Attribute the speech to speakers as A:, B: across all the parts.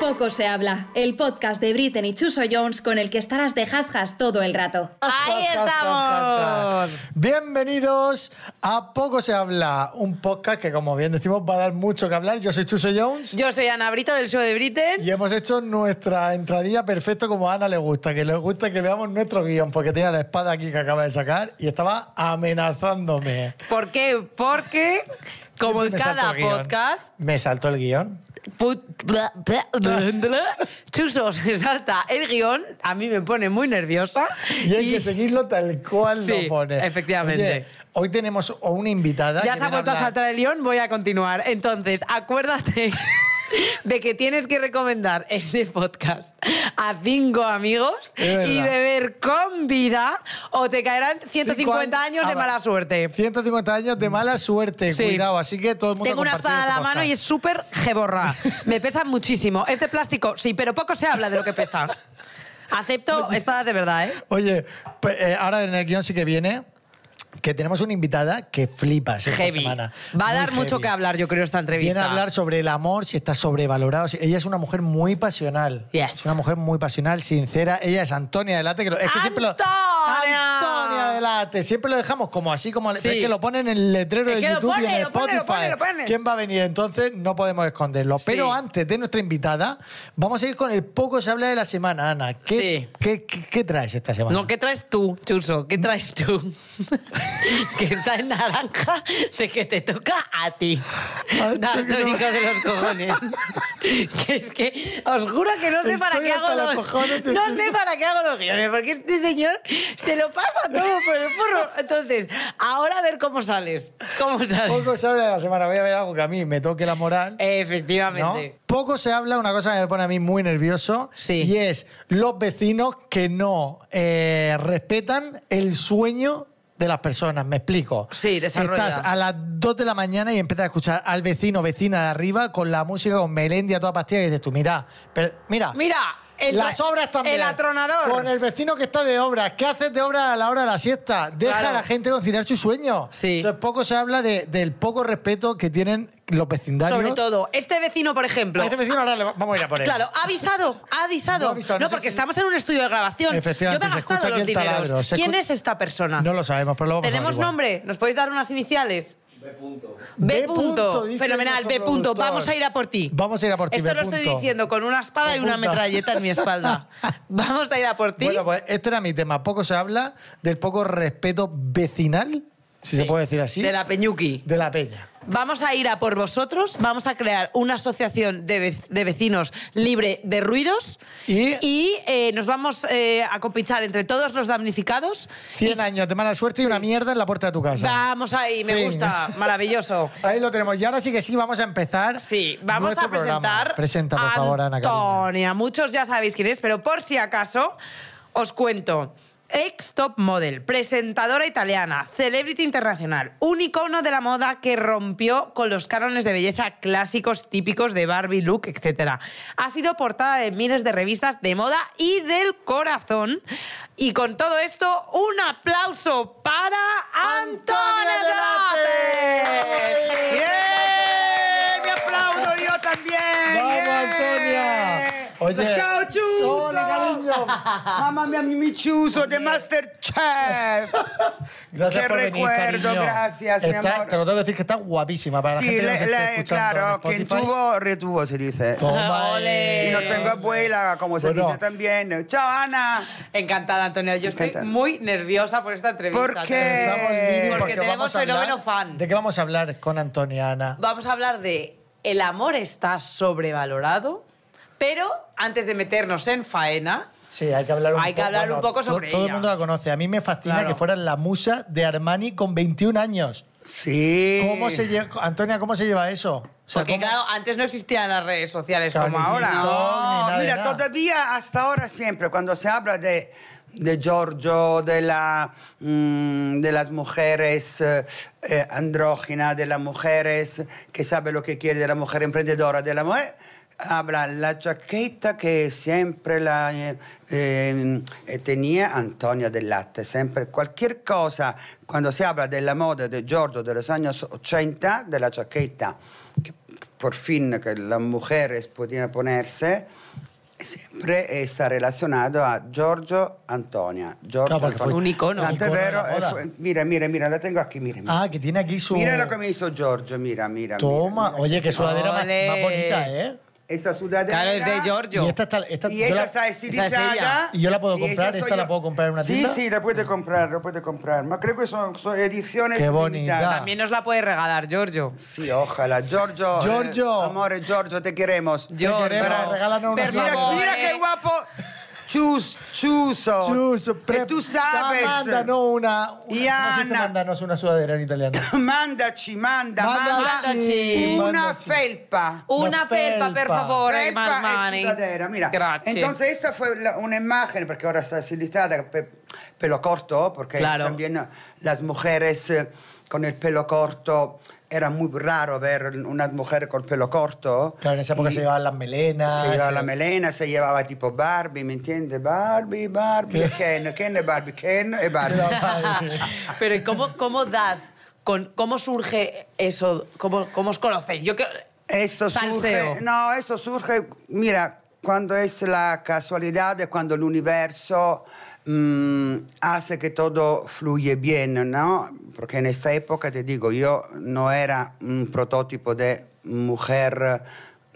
A: Poco se habla, el podcast de Britten y Chuso Jones con el que estarás de jasjas todo el rato.
B: Ahí estamos.
C: Bienvenidos a Poco se habla, un podcast que como bien decimos va a dar mucho que hablar. Yo soy Chuso Jones.
B: Yo soy Ana Brita del show de Britain.
C: Y hemos hecho nuestra entradilla perfecto como a Ana le gusta, que le gusta que veamos nuestro guión, porque tenía la espada aquí que acaba de sacar y estaba amenazándome.
B: ¿Por qué? Porque, como en
C: Siempre me salto
B: cada
C: el guión.
B: podcast,
C: Me saltó el guión.
B: put- bla, bla, bla, bla, Chuso se salta el guión. A mí me pone muy nerviosa.
C: Y hay que seguirlo tal cual
B: Sí,
C: lo pone.
B: efectivamente.
C: Oye, hoy tenemos a una invitada.
B: Ya
C: que
B: se ha
C: viene
B: vuelto a
C: hablar-
B: saltar el guión, voy a continuar. Entonces, acuérdate de que tienes que recomendar este podcast a cinco amigos
C: Es verdad.
B: y beber con vida o te caerán 150
C: Cinco
B: años de
C: Ah,
B: mala suerte.
C: 150 años de mala suerte,
B: Sí.
C: cuidado. Así que todo el mundo
B: Tengo una
C: compartir
B: espada en la
C: este
B: mano y es
C: podcast.
B: súper geborra. Me pesa muchísimo. Es de plástico, sí, pero poco se habla de lo que pesa. Acepto espadas de verdad, ¿eh?
C: Oye, pe- eh, ahora en el guión sí que viene que tenemos una invitada que flipas esta
B: Heavy.
C: semana.
B: Va a
C: Muy
B: dar mucho
C: heavy.
B: que hablar, yo creo, esta entrevista.
C: Viene a hablar sobre el amor, si está sobrevalorado. si- Ella es una mujer muy pasional.
B: Yes.
C: Es una mujer muy pasional, sincera. Ella es Antonia Delate. Que lo- es que siempre lo,
B: ¡Antonia!
C: Antonia Delate. Siempre lo dejamos como así, como
B: Sí.
C: es que lo ponen en el letrero
B: Es
C: de
B: que lo
C: YouTube
B: pone,
C: y en
B: lo pone,
C: Spotify.
B: lo pone, lo pone.
C: ¿Quién va a venir? Entonces no podemos esconderlo. Pero antes de nuestra invitada, vamos a ir con el poco se habla de la semana, Ana. ¿Qué,
B: Sí.
C: qué, qué- qué traes esta semana?
B: No, ¿qué traes tú, Chuso? ¿Qué traes tú? que está en naranja de que te toca a ti.
C: Ah, sí, que
B: Daltónico
C: no.
B: de los cojones. que es que os juro que no sé para
C: Estoy
B: qué hago
C: hasta los
B: los...
C: cojones de
B: no
C: Chuso.
B: sé para qué hago los guiones, porque este señor se lo pasa todo por el forro. Entonces, ahora a ver cómo sales. ¿Cómo sales?
C: Poco se habla de la semana. Voy a ver algo que a mí me toque la moral. ¿no?
B: Efectivamente.
C: Poco se habla, una cosa que me pone a mí muy nervioso,
B: Sí.
C: y es los vecinos que no eh, respetan el sueño de las personas, me explico.
B: Sí, desarrolla.
C: Estás a las 2 de la mañana y empiezas a escuchar al vecino, vecina de arriba, con la música, con Melendia, toda pastilla, y dices tú, mira, pero, mira,
B: Mira, el-
C: las obras también.
B: El atronador.
C: Con el vecino que está de obras. ¿Qué haces de obras a la hora de la siesta? Deja
B: Claro.
C: a la gente conciliar su sueño.
B: Sí.
C: Entonces, poco se habla de- del poco respeto que tienen los vecindarios.
B: Sobre todo, este vecino, por ejemplo,
C: A este vecino ahora le va- vamos a ir a por él.
B: Claro, ha avisado, ha avisado.
C: No
B: No,
C: ha avisado, no sé
B: porque
C: si-
B: estamos en un estudio de grabación.
C: Efectivamente,
B: Yo me he
C: se escucha
B: gastado los
C: aquí el
B: dineros.
C: taladro, se
B: ¿Quién
C: escu-
B: es esta persona?
C: No lo sabemos, pero lo vamos a
B: ¿Tenemos
C: averiguar.
B: nombre? ¿Nos podéis dar unas iniciales? B.
C: B
B: punto.
C: punto, dice
B: Fenomenal, B.
C: nuestro
B: punto.
C: productor.
B: Vamos a ir a por ti.
C: Vamos a ir a por ti,
B: Esto
C: B.
B: lo estoy
C: punto.
B: diciendo con una espada y una
C: Apunta.
B: metralleta en mi espalda. Vamos a ir a por ti.
C: Bueno, pues este era mi tema. Poco se habla del poco respeto vecinal, si se puede decir así,
B: De la Peñuqui.
C: de la peña.
B: Vamos a ir a por vosotros, vamos a crear una asociación de, vec- de vecinos libre de ruidos
C: Y-
B: eh, nos vamos eh, a compichar entre todos los damnificados.
C: 100
B: Y-
C: años de mala suerte y una mierda en la puerta de tu casa.
B: Vamos ahí, me
C: Fin.
B: gusta, maravilloso.
C: Ahí lo tenemos. Y ahora sí que sí, vamos a empezar.
B: Sí, vamos
C: nuestro
B: a presentar
C: programa. Presenta, por favor, Ana Carolina.
B: Antonia. Muchos ya sabéis quién es, pero por si acaso os cuento. Ex top model, presentadora italiana, celebrity internacional, un icono de la moda que rompió con los cánones de belleza clásicos típicos de Barbie, look, etc. Ha sido portada de miles de revistas de moda y del corazón. Y con todo esto, un aplauso para Antonia Delate.
C: Delate.
B: ¡Bien! ¡Me aplaudo yo también!
C: ¡Vamos,
B: ¡Bien!
C: Antonia! Oye.
B: ¡Chao, Chuso!
C: ¡Hola, cariño!
D: Mamma mia, mi Chuso de Masterchef.
C: Gracias
D: Qué
C: por venir,
D: recuerdo,
C: cariño.
D: gracias, mi
C: Está-
D: amor.
C: Te lo tengo que decir que está guapísima para la
D: Sí,
C: gente que nos
D: le-
C: esté
D: le-
C: escuchando
D: claro,
C: en
D: quien
C: Spotify.
D: tuvo, retuvo, se dice.
C: Toma,
B: Ole.
D: Y no
B: Eh,
D: tengo abuela, como se
C: Bueno.
D: dice también. Chao, Ana.
B: Encantada, Antonio. Yo estoy
D: Encantada.
B: muy nerviosa por esta entrevista.
D: ¿Por qué?
C: Estamos living
B: Porque tenemos
C: vamos a hablar-
B: fenómeno fan.
C: ¿De qué vamos a hablar con Antonia, Ana?
B: Vamos a hablar de el amor está sobrevalorado, pero antes de meternos en faena,
C: Sí, hay que hablar un
B: Hay que
C: poco.
B: hablar un poco sobre
C: to- Todo el
B: ella.
C: mundo la conoce. A mí me fascina
B: Claro.
C: que fuera la musa de Armani con 21 años.
D: Sí.
C: ¿Cómo se lleva, Antonia, ¿cómo se lleva eso? O sea,
B: porque
C: ¿cómo-
B: claro, antes no existían las redes sociales
C: Claro,
B: como
C: ni
B: ahora.
C: TikTok, ni nada
D: No,
C: de
D: mira,
C: nada.
D: todavía hasta ahora siempre, cuando se habla de, de Giorgio, de, la, mm, de las mujeres eh, eh, andróginas, de las mujeres que sabe lo que quiere, de la mujer emprendedora, de la mujer... Habla la chaqueta que siempre la eh, eh, eh, tenía Antonia del Latte, siempre cualquier cosa, cuando se habla de la moda de Giorgio de los años 80, de la chaqueta, que por fin que las mujeres podían ponerse, siempre está relacionado a Giorgio Antonia. Giorgio
C: Claro, porque fue-
B: Un icono.
D: Tanto
C: Un icono
D: es
C: de
D: vero,
C: la moda.
D: eh, fue- mira, mira, mira, la tengo aquí, mira. mira.
C: Ah, que tiene aquí su...
D: Mira lo que me hizo Giorgio, mira, mira. mira,
C: Toma.
D: mira.
C: Oye, qué sudadera más,
B: Ole.
C: más bonita, ¿eh?
D: Esta sudadera.
B: Claro, es de Giorgio.
C: Y esta está... Esta,
D: Y
C: yo
D: esa
C: la-
D: está
B: esa es
D: estilizada.
B: ella.
C: ¿Y yo la puedo
D: esa
C: comprar?
D: soy
C: ¿Esta la puedo comprar en una
D: sí,
C: tienda?
D: Sí, la puede comprar, la puede comprar. Ma creo que son, son ediciones
C: Qué bonita.
D: limitadas.
B: También nos la puede regalar, Giorgio.
D: Sí, ojalá. Giorgio.
C: Giorgio.
D: eh, amore, Giorgio, te queremos.
B: Giorgio.
C: queremos, regálanos una
B: per
C: sola.
D: Mira,
B: favore.
D: mira qué guapo. Chus, chuso.
C: Chuso,
D: Que tú sabes.
C: Ah, Mándanos una... una- ¿Cómo se dice
D: Iana.
C: mándanos una sudadera en italiano?
D: Mandaci, manda, manda.
B: Mandaci.
D: Una
C: Mandaci.
D: felpa.
B: Una
C: Una
B: felpa, per
C: felpa.
B: favore,
D: Felpa e
B: Marmani.
D: sudadera, mira.
B: Grazie.
D: Entonces esta fue la- una imagen, porque ahora está estilizada, pe- pelo corto, porque
B: Claro.
D: también las mujeres eh, con el pelo corto, era muy raro ver una mujer con pelo corto.
C: Claro, en esa época
D: Y
C: se llevaban las melenas.
D: se llevaba
C: se-
D: la melena, se llevaba tipo Barbie, ¿me entiendes? Barbie, Barbie, e Ken, Ken e Barbie, Ken e Barbie.
B: Pero ¿y cómo, cómo das? Con, ¿Cómo surge eso? ¿Cómo, cómo os conocéis? Yo que...
D: Esto
B: Salseo.
D: surge, no, esto surge, mira, cuando es la casualidad, es cuando el universo mm, hace que todo fluye bien, ¿no? Porque en esta época, te digo, yo no era un prototipo de mujer...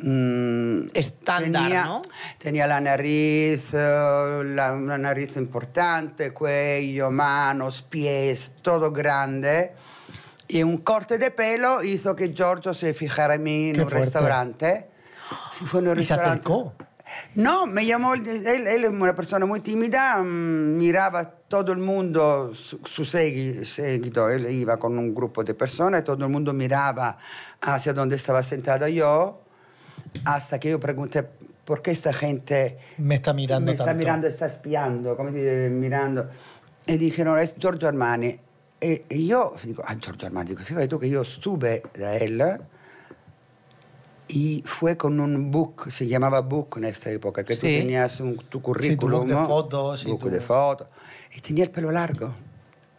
D: mm,
B: Estándar,
D: tenía,
B: ¿no?
D: Tenía la nariz, eh, la, una nariz importante, cuello, manos, pies, todo grande. Y un corte de pelo hizo que Giorgio se fijara en mí en
C: Qué
D: un
C: fuerte.
D: restaurante. Si fue en un
C: Y se
D: restaurante.
C: acercó.
D: No, me llamó, él, él es una persona muy tímida, mm, miraba todo el mundo su, su segui- seguito, él iba con un grupo de personas, todo el mundo miraba hacia donde estaba sentada yo, hasta que yo pregunté, ¿por qué esta gente
C: Me está mirando
D: me está
C: tanto.
D: mirando, está espiando, come si dice, mirando. E dicono, è Giorgio Armani. E, e io dico, ah Giorgio Armani, dico, fíjate tú que yo estuve da él y fue con un book, se llamaba book en esta época, que tú
B: Sí.
D: tenías un, tu
C: book de
D: currículum.
C: fotos y
D: book
C: tu-
D: de fotos. Y tenía el pelo largo.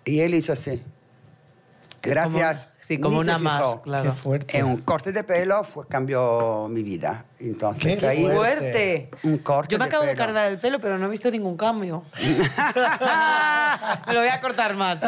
D: Y él hizo así. Gracias.
B: Como- sí, como
D: Ni se
B: una más,
D: fijó.
B: claro.
C: Qué fuerte.
D: E un corte de pelo fue, cambió mi vida. Entonces
C: Qué
D: ahí...
B: Fuerte.
D: Un corte
B: Yo me
D: de
B: acabo de
D: pelo.
B: cargar el pelo, pero no he visto ningún cambio. me lo voy a cortar más.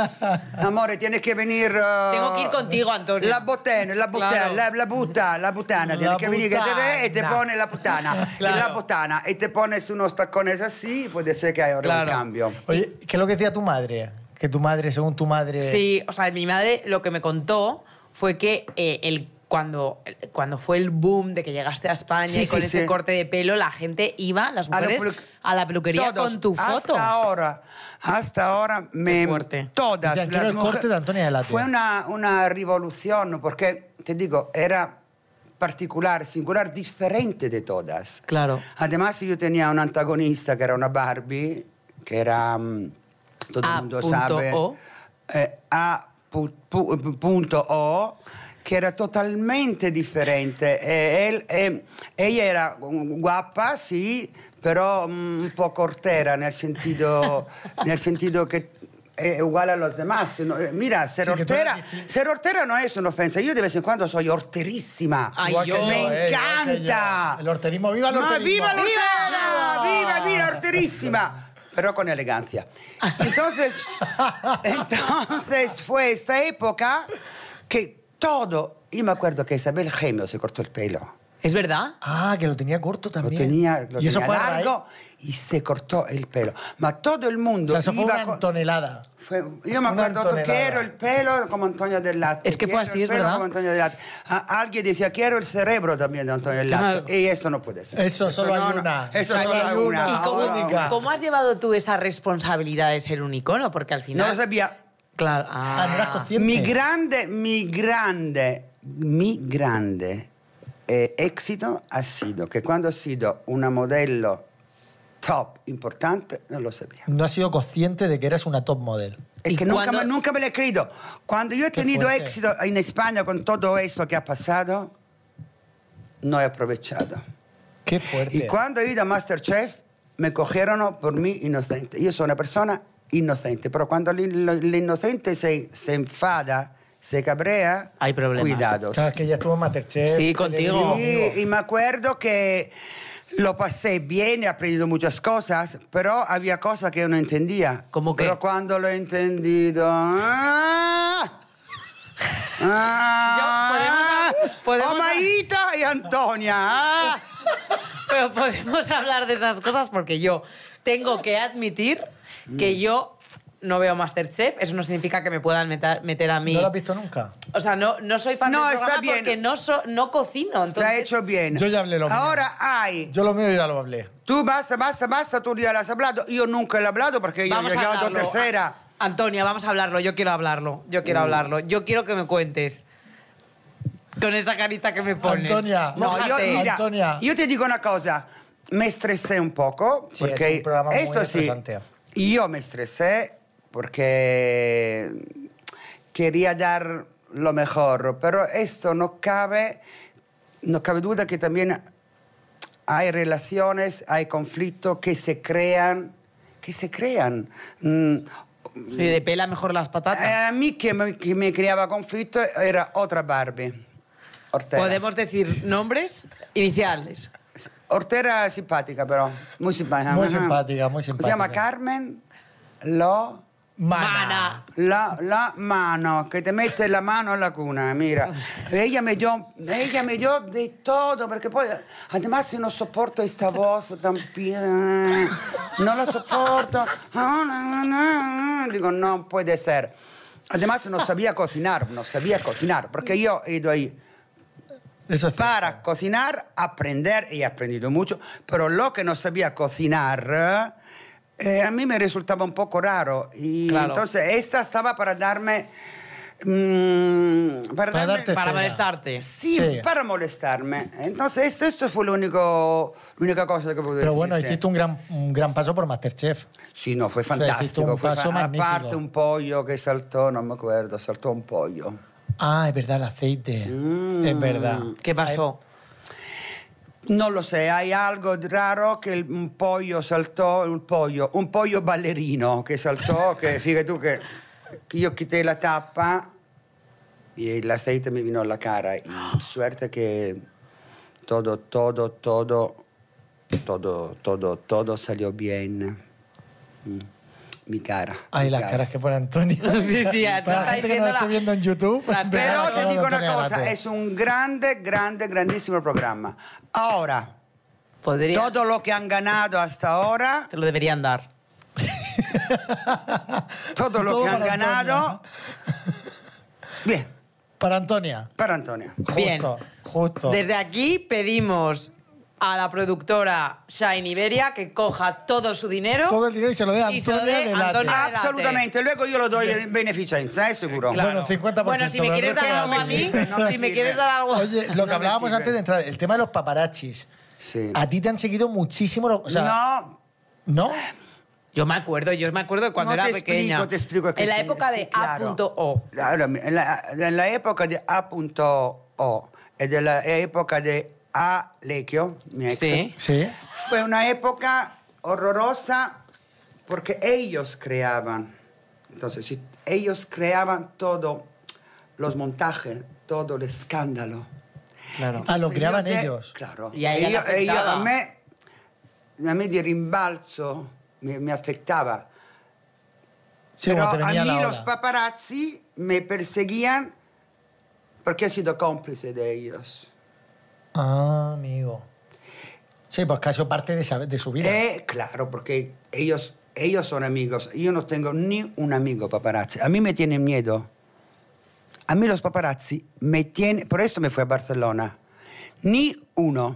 D: Amore, tienes que venir. eh,
B: Tengo que ir contigo, Antonio.
D: La botena, la botena,
B: Claro.
D: la, la buta, la butana.
C: La
D: Tienes que venir que te ve y te
B: butana.
D: pone la butana.
C: Claro.
D: Y la botana. Y te pones unos tacones así, puede ser que haya
B: Claro.
D: un cambio.
C: Oye, ¿qué es lo que decía tu madre? Que tu madre, según tu madre...
B: Sí, o sea, mi madre lo que me contó fue que eh, el, cuando, cuando fue el boom de que llegaste a España
D: Sí,
B: y con
D: sí,
B: ese
D: sí.
B: corte de pelo, la gente iba, las
D: A la
B: mujeres, a la,
D: pelu-
B: peluquería
D: Todos,
B: con tu foto.
D: Hasta ahora, hasta ahora me...
B: fuerte.
D: Todas
C: Ya, quiero el
D: mujer-
C: corte de Antonia Delate.
D: Fue una, una revolución porque, te digo, era particular, singular, diferente de todas.
B: Claro.
D: Además, yo tenía un antagonista que era una Barbie, que era. mm, Todo
B: A
D: el mundo
B: punto
D: sabe.
B: O.
D: eh, a pu- pu- punto O, che era totalmente differente. E, el- e- ella era guappa, sì, però mm, un po' cortera, nel sentito, nel sentito che è uguale a los demás. No, eh, Mira, ser,
C: Sì, che tu
D: ortera,
C: eri distin-
D: ser ortera non è un'offensa. Io di vez in quando sono orterissima.
B: Ay,
C: Igual que
B: yo.
C: eh,
D: Me
C: igual que yo.
D: encanta.
C: El horterismo, viva el
D: Ma
C: horterismo.
D: viva l'ortera!
C: ¡Viva!
D: Viva, viva l'orterísima! Pero con elegancia. Entonces, entonces fue esta época que todo. Yo me acuerdo que Isabel Gemio se cortó el pelo.
B: ¿Es verdad?
C: Ah, que lo tenía corto
D: Lo
C: también.
D: tenía, lo
C: y eso
D: tenía
C: fue a raíz-
D: largo y se cortó el pelo. Ma todo el
C: O
D: mundo
C: sea, eso fue
D: iba
C: una
D: con-
C: tonelada.
D: Fue- yo
C: Una
D: me acuerdo,
C: tonelada.
D: quiero el pelo como Antonio del Latte.
B: Es que fue
D: quiero
B: así,
D: el
B: es
D: pelo
B: verdad.
D: como Antonio del Latte. Ah, alguien decía, quiero el cerebro también de Antonio del Latte.
B: Claro.
D: Y eso no puede ser.
C: Eso Ah. solo hay una.
D: Eso
C: Solo
D: solo
C: hay
D: hay
C: una.
D: una.
B: ¿Y
C: ahora,
B: cómo,
C: ahora.
B: cómo has llevado tú esa responsabilidad de ser un icono? Porque al
D: No
B: final...
D: lo sabía.
B: Claro.
C: Ah, no eras
B: Ah,
C: consciente.
D: Mi grande, mi grande, mi grande eh, éxito ha sido que cuando ha sido una modelo top importante, no lo sabía.
C: No has sido consciente de que eras una top model.
D: Es
B: ¿Y
D: que nunca,
B: cuándo-
D: me- nunca me lo he creído. Cuando yo he
C: Qué
D: tenido
C: fuerte.
D: éxito en España con todo esto que ha pasado, no he aprovechado.
C: Qué fuerte.
D: Y cuando he ido a Masterchef, me cogieron por mí inocente. Yo soy una persona inocente, pero cuando l'in- l'innocente se, se enfada, se cabrea,
B: Hay problemas.
D: cuidados.
E: Claro, es que ella estuvo en Masterchef.
B: Sí, contigo.
D: Sí, y me acuerdo que lo pasé bien, he aprendido muchas cosas, pero había cosas que yo no entendía.
B: ¿Cómo qué?
D: Pero cuando lo he entendido... ¡ah! ¡Ah!
B: Yo- podemos- podemos-
D: ¡Oh, Maíta y Antonia! ¡ah!
B: Pero podemos hablar de esas cosas porque yo tengo que admitir
D: Mm.
B: que yo no veo Masterchef. Eso no significa que me puedan meter, meter a mí.
E: ¿No la has visto nunca?
B: O sea, no, no soy fan
D: No,
B: del
D: está
B: programa
D: bien.
B: porque no, so- no cocino.
D: Está
B: Entonces,
D: hecho bien.
C: Yo ya hablé lo mío.
D: Ahora hay...
C: Yo lo mío ya lo hablé.
D: Tú basta, basta, basta, tú ya lo has hablado. Yo nunca lo he hablado porque yo he
B: vamos a
D: llegado
B: hablarlo.
D: tercera. Mm.
B: A- Antonia, vamos a hablarlo. Yo quiero hablarlo. Yo quiero hablarlo. Yo quiero que me cuentes. Con esa carita que me pones.
C: Antonia.
D: No,
B: Mójate.
D: io, mira,
C: Antonia.
D: io ti dico una cosa, mi stressé un poco,
E: Sì,
D: perché
E: è un programma molto
D: questo sì,
E: stressante.
D: io mi stressé perché quería dar lo mejor, pero esto no cabe, no cabe duda que también hay relaciones, hay conflictos que se crean, que se crean. Mm,
B: Sí, de pela mejor las patatas.
D: Eh, a mí que me, que me creaba conflicto era otra Barbie. Ortega.
B: Podemos decir nombres iniciales.
D: Ortega es simpática, pero muy simpática.
C: Muy
D: Ajá.
C: simpática, muy simpática.
D: Se llama Carmen Lo...
C: Mana.
D: La, la mano, que te mette la mano en la cuna, mira. Ella me dio, ella me dio de todo, porque poi, además yo no soporto esta voz tan pi- No la soporto. Ah, Digo, no puede ser. Además no sabía cocinar, no sabía cocinar, porque yo he ido ahí
C: Eso es
D: para cocinar, aprender, y he aprendido mucho, pero lo que no sabía cocinar eh, a mí me resultaba un poco raro. Y
B: Claro.
D: entonces esta estaba para darme... mm, para,
C: Para
D: darme-
C: darte
B: Para
C: Cena.
B: molestarte.
D: Sí,
C: Sí.
D: para molestarme. Entonces esto, esto fue lo único, la única cosa que pude
C: Pero bueno,
D: decirte.
C: hiciste un gran, un gran paso por Masterchef.
D: Sì, no, fue
C: hiciste
D: fantastico.
C: un
D: fue
C: passo
D: fa- a
C: magnifico.
D: parte un pollo que saltó, no me acuerdo, saltó un pollo.
C: Ah, es verdad, el aceite.
D: Mm.
C: Es verdad.
B: ¿Qué pasó?
D: Non lo so, hai algo di raro che il- un pollo saltò, un pollo, un pollo ballerino che saltò, che figa tu che che io chitei la tappa e la seta mi vino alla cara. E suerte che todo, todo, todo, todo, todo, todo salió bien. Mm. Mi cara.
C: Ay,
D: mi
C: las
D: cara.
C: caras que pone Antonio.
B: Sí, sí, ya te
C: Para la
B: está
C: gente que nos
B: diciendo
C: esté
B: la-
C: viendo en YouTube.
B: las caras
C: verá la
D: Però
B: Bravo,
D: ti
C: cara de
D: dico una
C: Antonio
D: cosa,
C: Galato.
D: è un grande, grande, grandissimo programma. Ora,
B: Podría.
D: todo lo que han ganado hasta ahora...
B: Te lo deberían dar.
D: todo lo
C: Todo
D: que han
C: para
D: ganado. Bien,
C: Para Antonia.
D: para Antonia.
C: Justo,
B: Bien.
C: justo.
B: Desde aquí pedimos a la productora Shine Iberia que coja todo su dinero.
C: Todo el dinero y se lo dé a
B: Y se lo
C: Antonia
B: dé
C: de Late.
B: Antonia. Adelante.
D: Absolutamente,
C: eh.
D: luego yo lo doy en beneficencia, ¿eh? seguro.
B: Claro.
C: Bueno, 50%,
B: Bueno, si me
C: pero
B: quieres
C: el resto
B: dar
C: no
B: algo
C: me
B: a mí,
D: sirve, no me
B: si me
D: sirve.
B: quieres dar algo.
C: Oye, lo
D: No
C: que
D: me
C: hablábamos
D: sirve.
C: antes de entrar, el tema de los paparachis.
D: Sí.
C: A ti te han seguido muchísimo. lo- O sea,
D: no,
C: no.
B: Yo me acuerdo, yo me acuerdo de cuando
D: no
B: era
D: te
B: pequeña.
D: explico, te explico. es que
B: en la
D: sí,
B: época
D: sí,
B: de
D: claro.
B: A.O.
D: Ahora, en, la, en la época de A.O y de la época de A. Lequio, mi ex,
B: Sí.
C: Sí.
D: fue una época horrorosa porque ellos creaban. Entonces, si ellos creaban todo, los montajes, todo el escándalo.
B: Claro.
C: Ah, lo
D: Entonces,
C: creaban
D: yo de-
C: ellos.
D: Claro.
B: Y a ella le
D: Ellos- ellos-
B: afectaba.
D: a mí, a mí de rimbalzo me, me afectaba.
C: Sí,
D: Pero
C: como
D: a
C: te
D: mí
C: venía la
D: los
C: ola.
D: paparazzi me perseguían porque he sido cómplice de ellos.
C: Ah, amigo. Sí, pues casi parte de, esa- de su vida.
D: Eh, claro, porque ellos, ellos son amigos. Yo no tengo ni un amigo paparazzi. A mí me tienen miedo. A mí los paparazzi me tienen... Por esto me fui a Barcelona. Ni uno.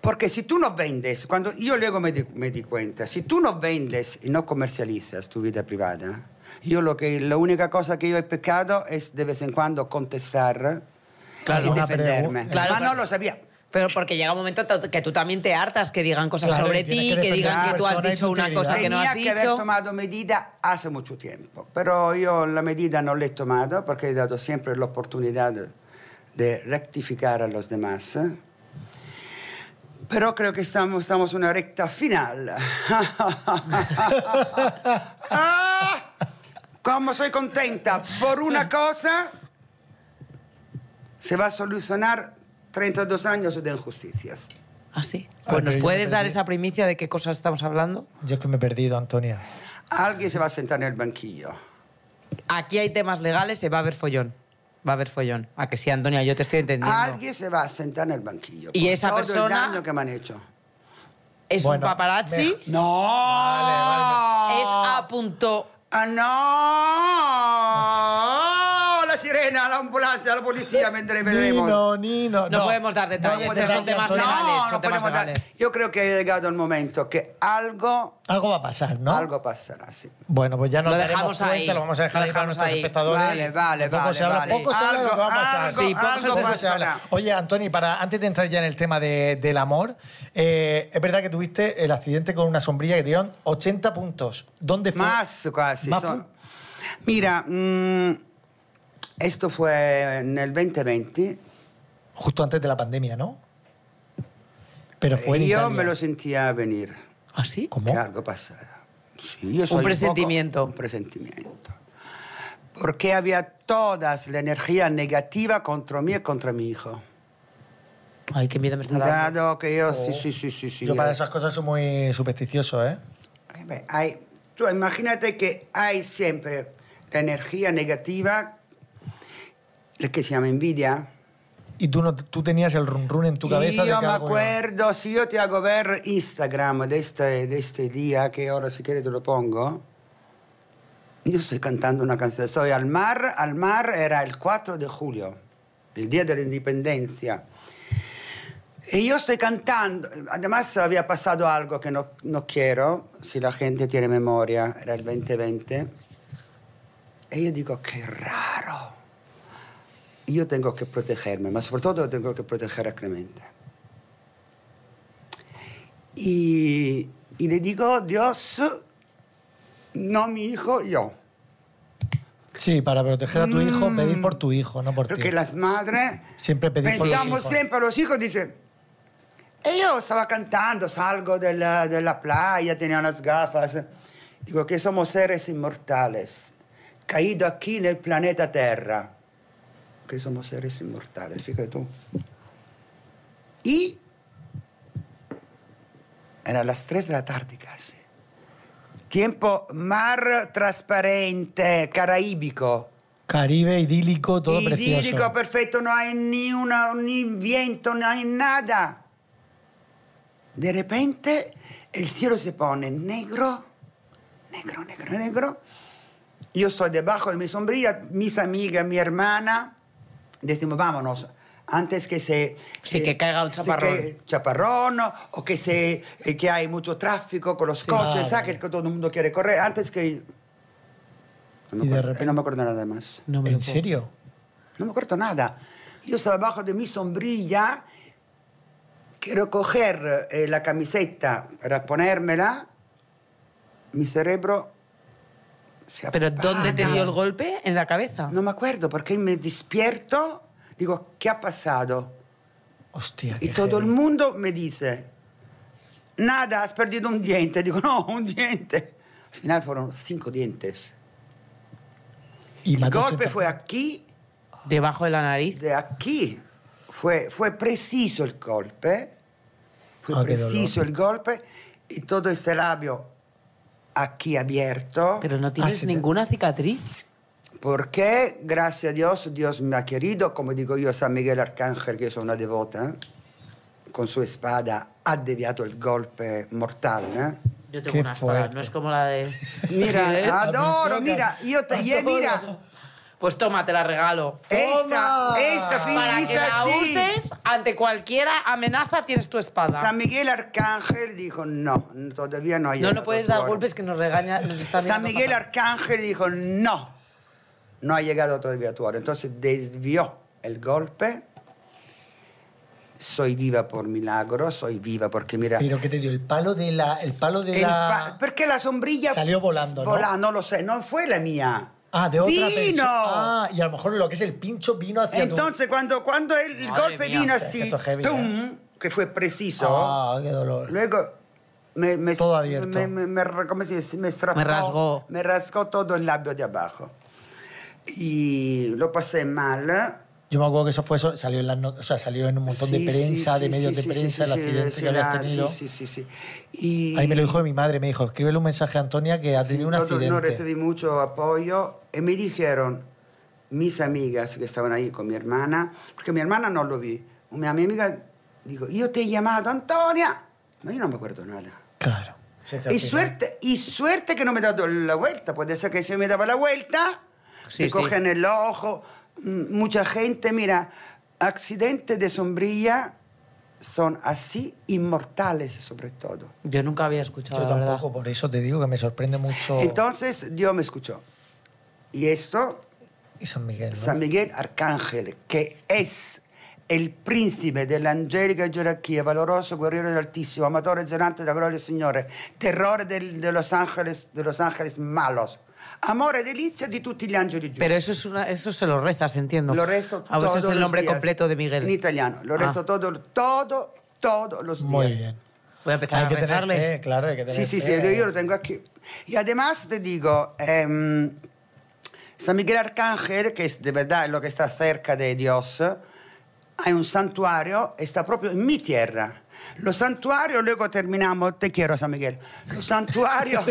D: Porque si tú no vendes, cuando yo luego me di, me di cuenta, si tú no vendes y no comercializas tu vida privada, yo lo que, la única cosa que yo he pecado es de vez en cuando contestar
B: Claro.
D: y
C: Una
D: defenderme.
C: pregu-
B: Claro,
D: Ah, no
B: claro.
D: lo sabía.
B: Pero porque llega un momento ta- que tú también te hartas que digan cosas
C: Claro,
B: sobre
C: y tienes
B: ti,
C: que
B: que, digan
C: defender
B: que tú
C: a la
B: has
C: persona y
B: dicho
C: tu
B: una cosa
C: integridad.
B: que no has
D: Tenía que
B: dicho.
D: aver tomato medida hace mucho tiempo, pero yo la medida no la he tomado porque he dado siempre la oportunidad de- de rectificar a los demás. Pero creo que estamos, estamos en una recta final. ¡Ah! ¡Cómo soy contenta! Por una cosa se va a solucionar 32 años de injusticias.
B: ¿Ah, sí?
C: Ah,
B: Pues, ¿nos
C: pero yo
B: puedes
C: me
B: dar
C: perdí.
B: esa primicia de qué cosas estamos hablando?
C: Yo es que me he perdido, Antonia.
D: Alguien se va a sentar en el banquillo.
B: Aquí hay temas legales, se va a haber follón. Va a haber follón. A que sí, Antonia, yo te estoy entendiendo.
D: Alguien se va a sentar en el banquillo.
B: Y
D: por
B: esa
D: todo el
B: persona-
D: daño que me han hecho.
B: Es
C: Bueno,
B: un paparazzi,
C: me-
D: ¡No!
B: es a punto...
D: ¡Ah, no! La sirena, la ambulancia, la policía, me entreveremos.
C: Nino, pues, Nino.
B: No podemos dar detalles,
C: podemos
D: estos
C: dar
D: son
B: temas
C: detalles.
B: legales.
D: No,
B: son
D: no
B: temas
D: podemos dar.
B: legales.
D: Yo creo que ha llegado el momento que algo,
C: Algo va a pasar, ¿no?
D: algo pasará. sí.
C: Bueno, pues ya nos
B: Lo
C: daremos
B: dejamos
C: cuenta,
B: ahí.
C: lo vamos a dejar
B: Lo
C: ahí para
B: dejamos
C: nuestros
B: ahí.
C: espectadores.
D: Vale, vale,
C: poco se
D: vale,
C: habla,
D: vale.
C: Poco se habla de lo que va a
D: Algo,
C: pasar.
D: algo,
B: Sí, poco
D: algo
C: Poco se habla.
D: pasará.
C: Oye, Antoni, para, antes de entrar ya en el tema de- del amor, eh, es verdad que tuviste el accidente con una sombrilla que te dieron 80 puntos. ¿Dónde fue?
D: Más casi.
C: Más
D: son-
C: pu-
D: Mira, mm, esto fue en el 2020.
C: Justo antes de la pandemia, ¿no? Pero fue en
D: y yo
C: Italia.
D: me lo sentía venir.
B: ¿Ah, sí?
C: ¿Cómo?
D: que algo pasara. Sí, yo soy un
B: presentimiento.
D: poco- un presentimiento. Porque había toda la energía negativa contra mí y contra mi hijo.
B: Ay, qué miedo me está dando.
D: Dado que yo, sí, sí, sí, sí, eh. sí.
C: Yo para esas cosas soy muy supersticioso, ¿eh?
D: Eh, beh, hay- tú imagínate que hay siempre la energía negativa, la que se llama envidia.
C: Y tú, no, tú tenías el run run en tu cabeza de
D: Io
C: que
D: mi
C: algo iba-
D: acuerdo, si io ti hago ver Instagram de este, de este día, que ahora si quieres te lo pongo. Yo estoy cantando una canción, estoy al mar, al mar era el 4 de julio, el día de la independencia. Y yo estoy cantando, además había pasado algo que no, no quiero, si la gente tiene memoria, era el 2020. Y yo digo, qué raro. Yo tengo que protegerme, pero sobre todo tengo que proteger a Clemente. Y, y le digo, Dios, no mi hijo, yo.
C: Sí, para proteger a tu hijo,
D: Mm.
C: pedir por tu hijo, no por ti.
D: Porque las madres
C: Siempre pedir por los
D: pensamos
C: hijos.
D: siempre a los hijos, dice. E io stavo cantando, salgo della, della playa, tenía unas gafas. Digo que somos seres inmortales, caído aquí nel planeta Terra. Que somos seres inmortales, fíjate tú. Y eran las 3 de la tarde casi. Tiempo mar transparente, caraibico.
C: Caribe, idílico, todo
D: Idílico,
C: precioso.
D: perfecto, no hay ni, una, ni viento, no hay nada. De repente el cielo se pone negro, negro, negro, negro. Yo estoy debajo de mi sombrilla, mis amigas, mi hermana. Decimos, vámonos, antes que se...
B: Sí,
D: eh,
B: que caiga un
D: se
B: chaparrón.
D: que- chaparrón o que, se, eh, que hay mucho tráfico con los
C: Ah,
D: coches, ¿sabes?
C: vale.
D: Que todo el mundo quiere correr, antes que... No
C: Y
D: me,
C: de
D: acuerdo,
C: repente-
D: no me acuerdo nada más.
B: No me lo
C: ¿En
B: puedo-
C: serio?
D: No me acuerdo nada. Yo estaba abajo de mi sombrilla. Quiero coger eh, la camiseta para ponérmela. Mi cerebro se
B: ¿Pero
D: apaga.
B: dónde te
C: Ah.
B: dio el golpe? ¿En la cabeza?
D: No me acuerdo porque me despierto. Digo, ¿qué ha pasado?
C: Hostia,
D: Y
C: qué
D: todo el
C: heavy.
D: mundo me dice, nada, has perdido un diente. Digo, no, un diente. Al final fueron cinco dientes.
C: Y
D: el
C: mató
D: golpe
C: 80.
D: fue aquí
B: Debajo de la nariz.
D: de aquí fue, fue preciso el golpe, fue
C: Ah, qué
D: preciso el golpe y todo este labio aquí abierto,
B: Pero no
C: Ah,
B: tienes
C: sí, te-
B: ninguna cicatriz.
D: porque gracias a Dios, Dios me ha querido, como digo yo a San Miguel Arcángel, que yo soy una devota, eh, con su espada ha deviato il golpe mortale. eh.
B: Yo
C: tengo Qué una espada, fuerte. no es
B: como la de... eh,
C: ¿Eh?
B: ah,
D: Mira, adoro,
C: Adoro.
D: mira, io te, eh,
C: Adoro.
D: mira,
B: Pues toma, te la regalo.
D: esta,
C: Toma.
D: esta,
B: Para que
D: esta
B: la
D: sì.
B: uses ante cualquiera amenaza tienes tu espada.
D: San Miguel Arcángel dijo, no, todavía no hay
B: no, no puedes dar golpes que nos regaña. nos está
D: San
B: mirando
D: Miguel
B: fatal.
D: Arcángel dijo, no, no ha llegado todavía tu hora. Entonces desvió el golpe. Soy viva por milagro, soy viva porque mira...
C: Pero que te dio el palo de la. El palo de
D: el
C: la.
D: pa- porque la sombrilla...
C: Salió volando, ¿no?
D: Volando, no lo sé, no fue la mía.
C: Ah, de otra
D: ¡Vino!
C: persona. Ah, y a lo mejor lo que es el pincho vino hacia tu-
D: Entonces cuando, cuando el
B: Madre
D: golpe
B: mía,
D: vino
C: es que
D: así,
C: esto es heavy, ¿eh?
D: ¡tum! que fue preciso.
C: Ah, qué dolor.
D: Luego me, me,
C: Todo abierto.
D: me, me- me- ¿cómo se dice? Me estrapó,
B: Me rasgó.
D: me rasgó todo el labio de abajo. Y lo pasé mal.
C: Yo me acuerdo que eso fue eso, salió en, las no- o sea, salió en un montón
D: Sí,
C: de
D: sí,
C: prensa, de
D: sí,
C: medios
D: sí,
C: de
D: sí,
C: prensa,
D: sí,
C: el
D: sí,
C: accidente
D: sí,
C: que habías
D: la-
C: tenido.
D: Sí, sí, sí, sí. Y
C: Ahí me lo dijo mi madre, me dijo, escríbele un mensaje a Antonia que ha
D: Sí,
C: tenido un
D: todos no
C: accidente.
D: recibí mucho apoyo y me dijeron mis amigas que estaban ahí con mi hermana, porque mi hermana no lo vi. Una mi amiga dijo, yo te he llamado, Antonia. No, yo no me acuerdo nada.
C: Claro. Sí, que al
D: Y
C: final-
D: suerte, y suerte que no me he dado la vuelta. Puede ser que si me daba la vuelta,
B: Sí,
D: te
B: sí.
D: cogen el ojo. M- Mucha gente, mira, accidentes de sombrilla son así, inmortales sobre todo.
B: Yo nunca había escuchado,
C: Yo
B: la verdad.
C: tampoco, por eso te digo que me sorprende mucho.
D: Entonces Dios me escuchó. Y esto
C: y San Miguel. ¿no?
D: San Miguel Arcángel, que es el príncipe dell'angelica gerarchia, valoroso guerriero dell'Altissimo, amatore zelante della gloria del Signore, terrore del- de, los ángeles, de los ángeles malos, amore e delizia di tutti gli angeli giusti.
B: Pero eso, es una- eso se lo rezas, entiendo.
D: lo rezo
B: Ah,
D: todos
B: ese es el
D: los
B: nombre
D: días.
B: completo de Miguel.
D: En italiano, lo
B: Ah.
D: rezo todo, todo, todos los días.
C: Muy bien.
B: Voy a empezar a
C: hay que tener
B: rezarle.
C: fe, claro, hay que tener
D: Sí, sí, sí,
C: fe.
D: yo, yo lo tengo aquí. Y además te digo, em, San Miguel Arcángel, que es de verdad es lo que está cerca de Dios, hay un santuario, está proprio en mi tierra. Lo santuario, luego terminamos, te quiero San Miguel, lo santuario,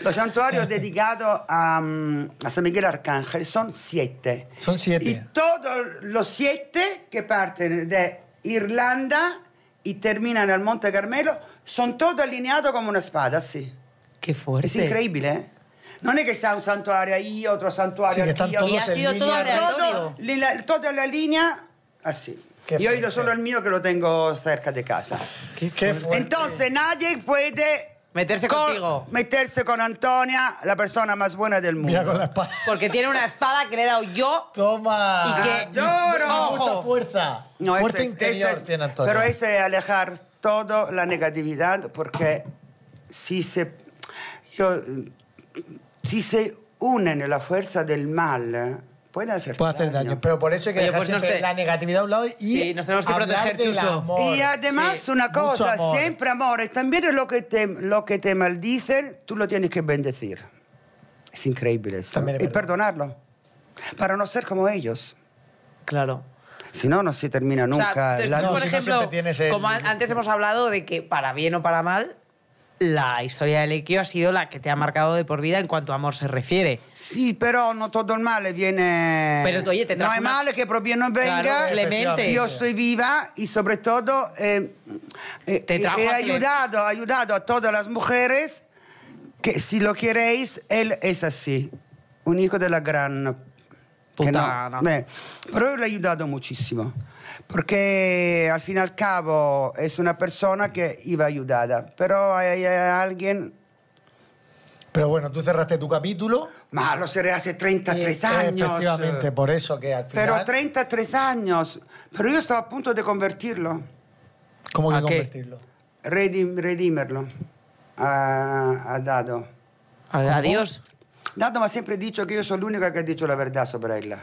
D: lo santuario dedicato a, mm, a San Miguel Arcángel son siete.
C: Son siete.
D: Y todos los siete que parten de Irlanda y terminan al Monte Carmelo son todos alineados como una espada, sí.
B: Qué fuerte.
D: Es increíble, ¿eh? Non è che sta un santuario ahí, otro
C: Sí,
D: santuario
C: que
D: aquí,
C: están
D: otro-
B: Y ha
C: todos en
B: sido todo
C: línea
B: aleatorio.
D: todo, la, toda la línea así.
C: Qué
D: Yo he oído
C: fuerte.
D: solo el mío que lo tengo cerca de casa.
B: Qué
C: Qué
B: fuerte.
C: fuerte.
D: Entonces nadie puede
B: Meterse
D: con-
B: contigo.
D: meterse con Antonia, la persona más buena del mundo.
C: Mira con la espada.
B: Porque tiene una espada que le he dado yo.
C: Toma.
B: Y que-
C: Adoro.
B: Ojo.
C: Mucha fuerza.
D: Ah, No, ese
C: fuerza
D: es-
C: interior
D: ese-
C: tiene Antonio.
D: Pero ese es alejar toda la negatividad porque si se, yo, si se unen la fuerza del mal, eh, pueden hacer
C: Puede hacer daño. Pero por eso hay que
B: Oye,
C: dejar
B: pues no
C: siempre
B: esté-
C: la negatividad a un lado y
B: Sí, nos tenemos que
C: hablar
B: proteger,
C: del
B: Chuso.
C: amor.
D: Y además
B: Sí,
D: una
C: mucho
D: cosa,
C: amor.
D: siempre amor, y también lo que, te, lo que te maldicen, tú lo tienes que bendecir. Es increíble esto.
C: También es
D: Y
C: verdad.
D: perdonarlo, para no ser como ellos.
B: Claro.
D: Si no, no se termina nunca
B: o sea,
D: la
B: después,
C: No,
B: por
C: si no,
B: ejemplo,
C: siempre tienes el-
B: como an- antes hemos hablado de que para bien o para mal, la historia de Lequio ha sido la que te ha marcado de por vida en cuanto a amor se refiere.
D: Sì, però non tutto il male viene...
B: Pero, oye, te
D: no
B: trajo
D: è
B: una-
D: male che proprio non venga.
B: Claro, Clemente.
D: Io sto viva e soprattutto eh, eh,
B: Te trajo
D: he
B: a Clemente.
D: ayudado, ayudado a todas las mujeres que si lo queréis, él es así. Un hijo de la gran... que
B: Puttana.
D: no, eh, però l'ho aiutato moltissimo. Perché al fin y al cabo è una persona che iba aiutata, però hay alguien...
C: Pero bueno, tú cerraste tu capítulo.
D: Ma lo seré hace 33
C: Eh,
D: años.
C: Efectivamente, por eso que al final.
D: Pero 33 años. Pero yo estaba a punto de convertirlo,
C: ¿Cómo que
B: ¿A qué?
C: convertirlo?
D: redim- redimerlo a, a Dado.
B: A- Adiós.
D: Dado mi ha sempre detto che io sono l'unica che ha detto la verità sopra ella.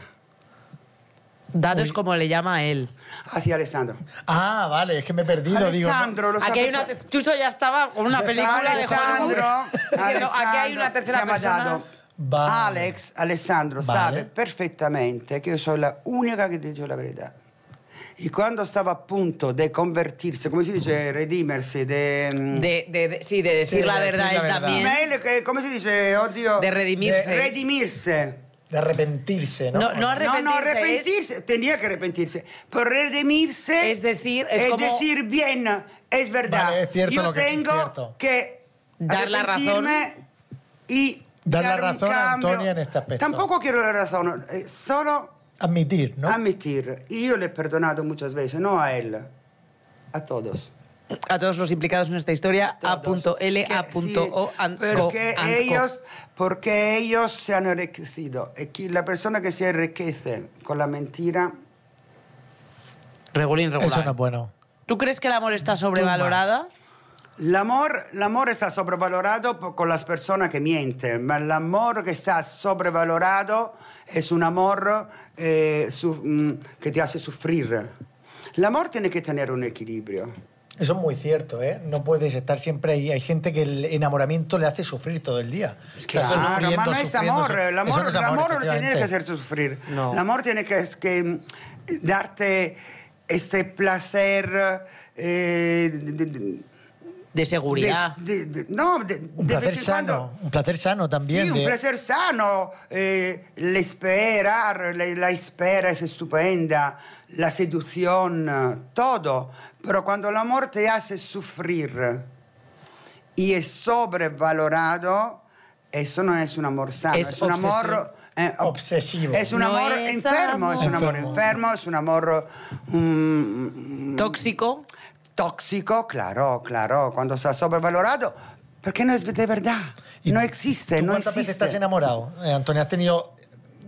B: Dado es como le llama a él.
D: Ah sì, Alessandro.
C: Ah, vale, es que me he perdido. digo, no-
D: Alessandro, lo
B: Aquí hay una...
D: sape-
B: Chuso ya estaba con una película de
D: Alessandro,
B: Juan Diciendo, Aquí hay ah, una
D: Alessandro,
B: tercera
D: siamo a
B: persona.
D: Dado.
C: Vale.
D: Alex, Alessandro
C: Vale.
D: sabe perfettamente che io sono la unica che ti dice la verità. E quando stava a punto di convertirsi, come si dice, redimersi, de,
B: De, de- de- sí, de decir
C: Sí,
B: la
C: de decir
B: verdad
C: la
B: él
C: verdad.
B: también.
D: Ismael, che- come si dice, oddio?
B: De redimirse.
D: De redimirse.
C: De arrepentirse, ¿no?
B: No, no arre-
D: No, no,
B: Arrepentirse es-
D: arrepentirse, tenía que arrepentirse. Pero redimirse
B: Es decir, es como-
D: decir bien, es verdad.
C: Vale, es cierto
D: Yo
C: lo que- es
D: tengo
C: cierto.
D: que
B: Dar la razón.
D: arrepentirme y
C: Dar la
D: un
C: razón a
D: cambio.
C: Antonia en este aspecto.
D: Tampoco quiero la razón, eh, solo
C: Admitir, ¿no?
D: admitir. Y yo le he perdonado muchas veces, no a él, a todos.
B: A todos los implicados en esta historia,
D: Todos.
B: a.l,
D: Que sí,
B: a.o, and- co-
D: porque
B: and co.
D: ellos Porque ellos se han enriquecido. Y que la persona que se enriquece con la mentira...
B: Regulín, regular.
C: Eso no es bueno.
B: ¿Tú crees que el amor está sobrevalorada?
D: L'amor, l'amore sta sopravvalorato po- con la persona che miente, ma l'amor che sta sopravvalorato è un amor eh, su- mm, che ti hace soffrire. L'amor tiene che tenere un equilibrio.
C: Eso es muy cierto, ¿eh? No puedes estar siempre ahí. Hay gente que el enamoramiento le hace sufrir todo el día. Es
D: Claro, ma non è amor, l'amor, l'amor non tiene che hacerti soffrire.
B: No.
D: L'amor tiene che, che darte este placer eh, de- de- de-
B: De seguridad.
D: de- de- no, de,
C: Un
D: de
C: placer
D: vez en cuando-
C: sano, un placer sano también.
D: Sí, un
C: de-
D: placer sano, eh, el esperar, la, la espera es estupenda, la seducción, todo. Pero cuando el amor te hace sufrir y es sobrevalorado, eso no es un amor sano,
B: Es
D: es, un
B: obsesivo.
D: amor... eh, ob-
C: Obsesivo.
D: Es un
B: No
D: amor
B: es
D: enfermo, es un amor
C: Enfermo.
D: enfermo, es un amor mm,
B: Tóxico.
D: tóxico, claro, claro, cuando está sobrevalorado, porque no es de verdad, no
C: tú-
D: existe,
C: ¿tú
D: no
C: cuántas
D: existe.
C: veces estás enamorado? Eh, Antonio, has tenido...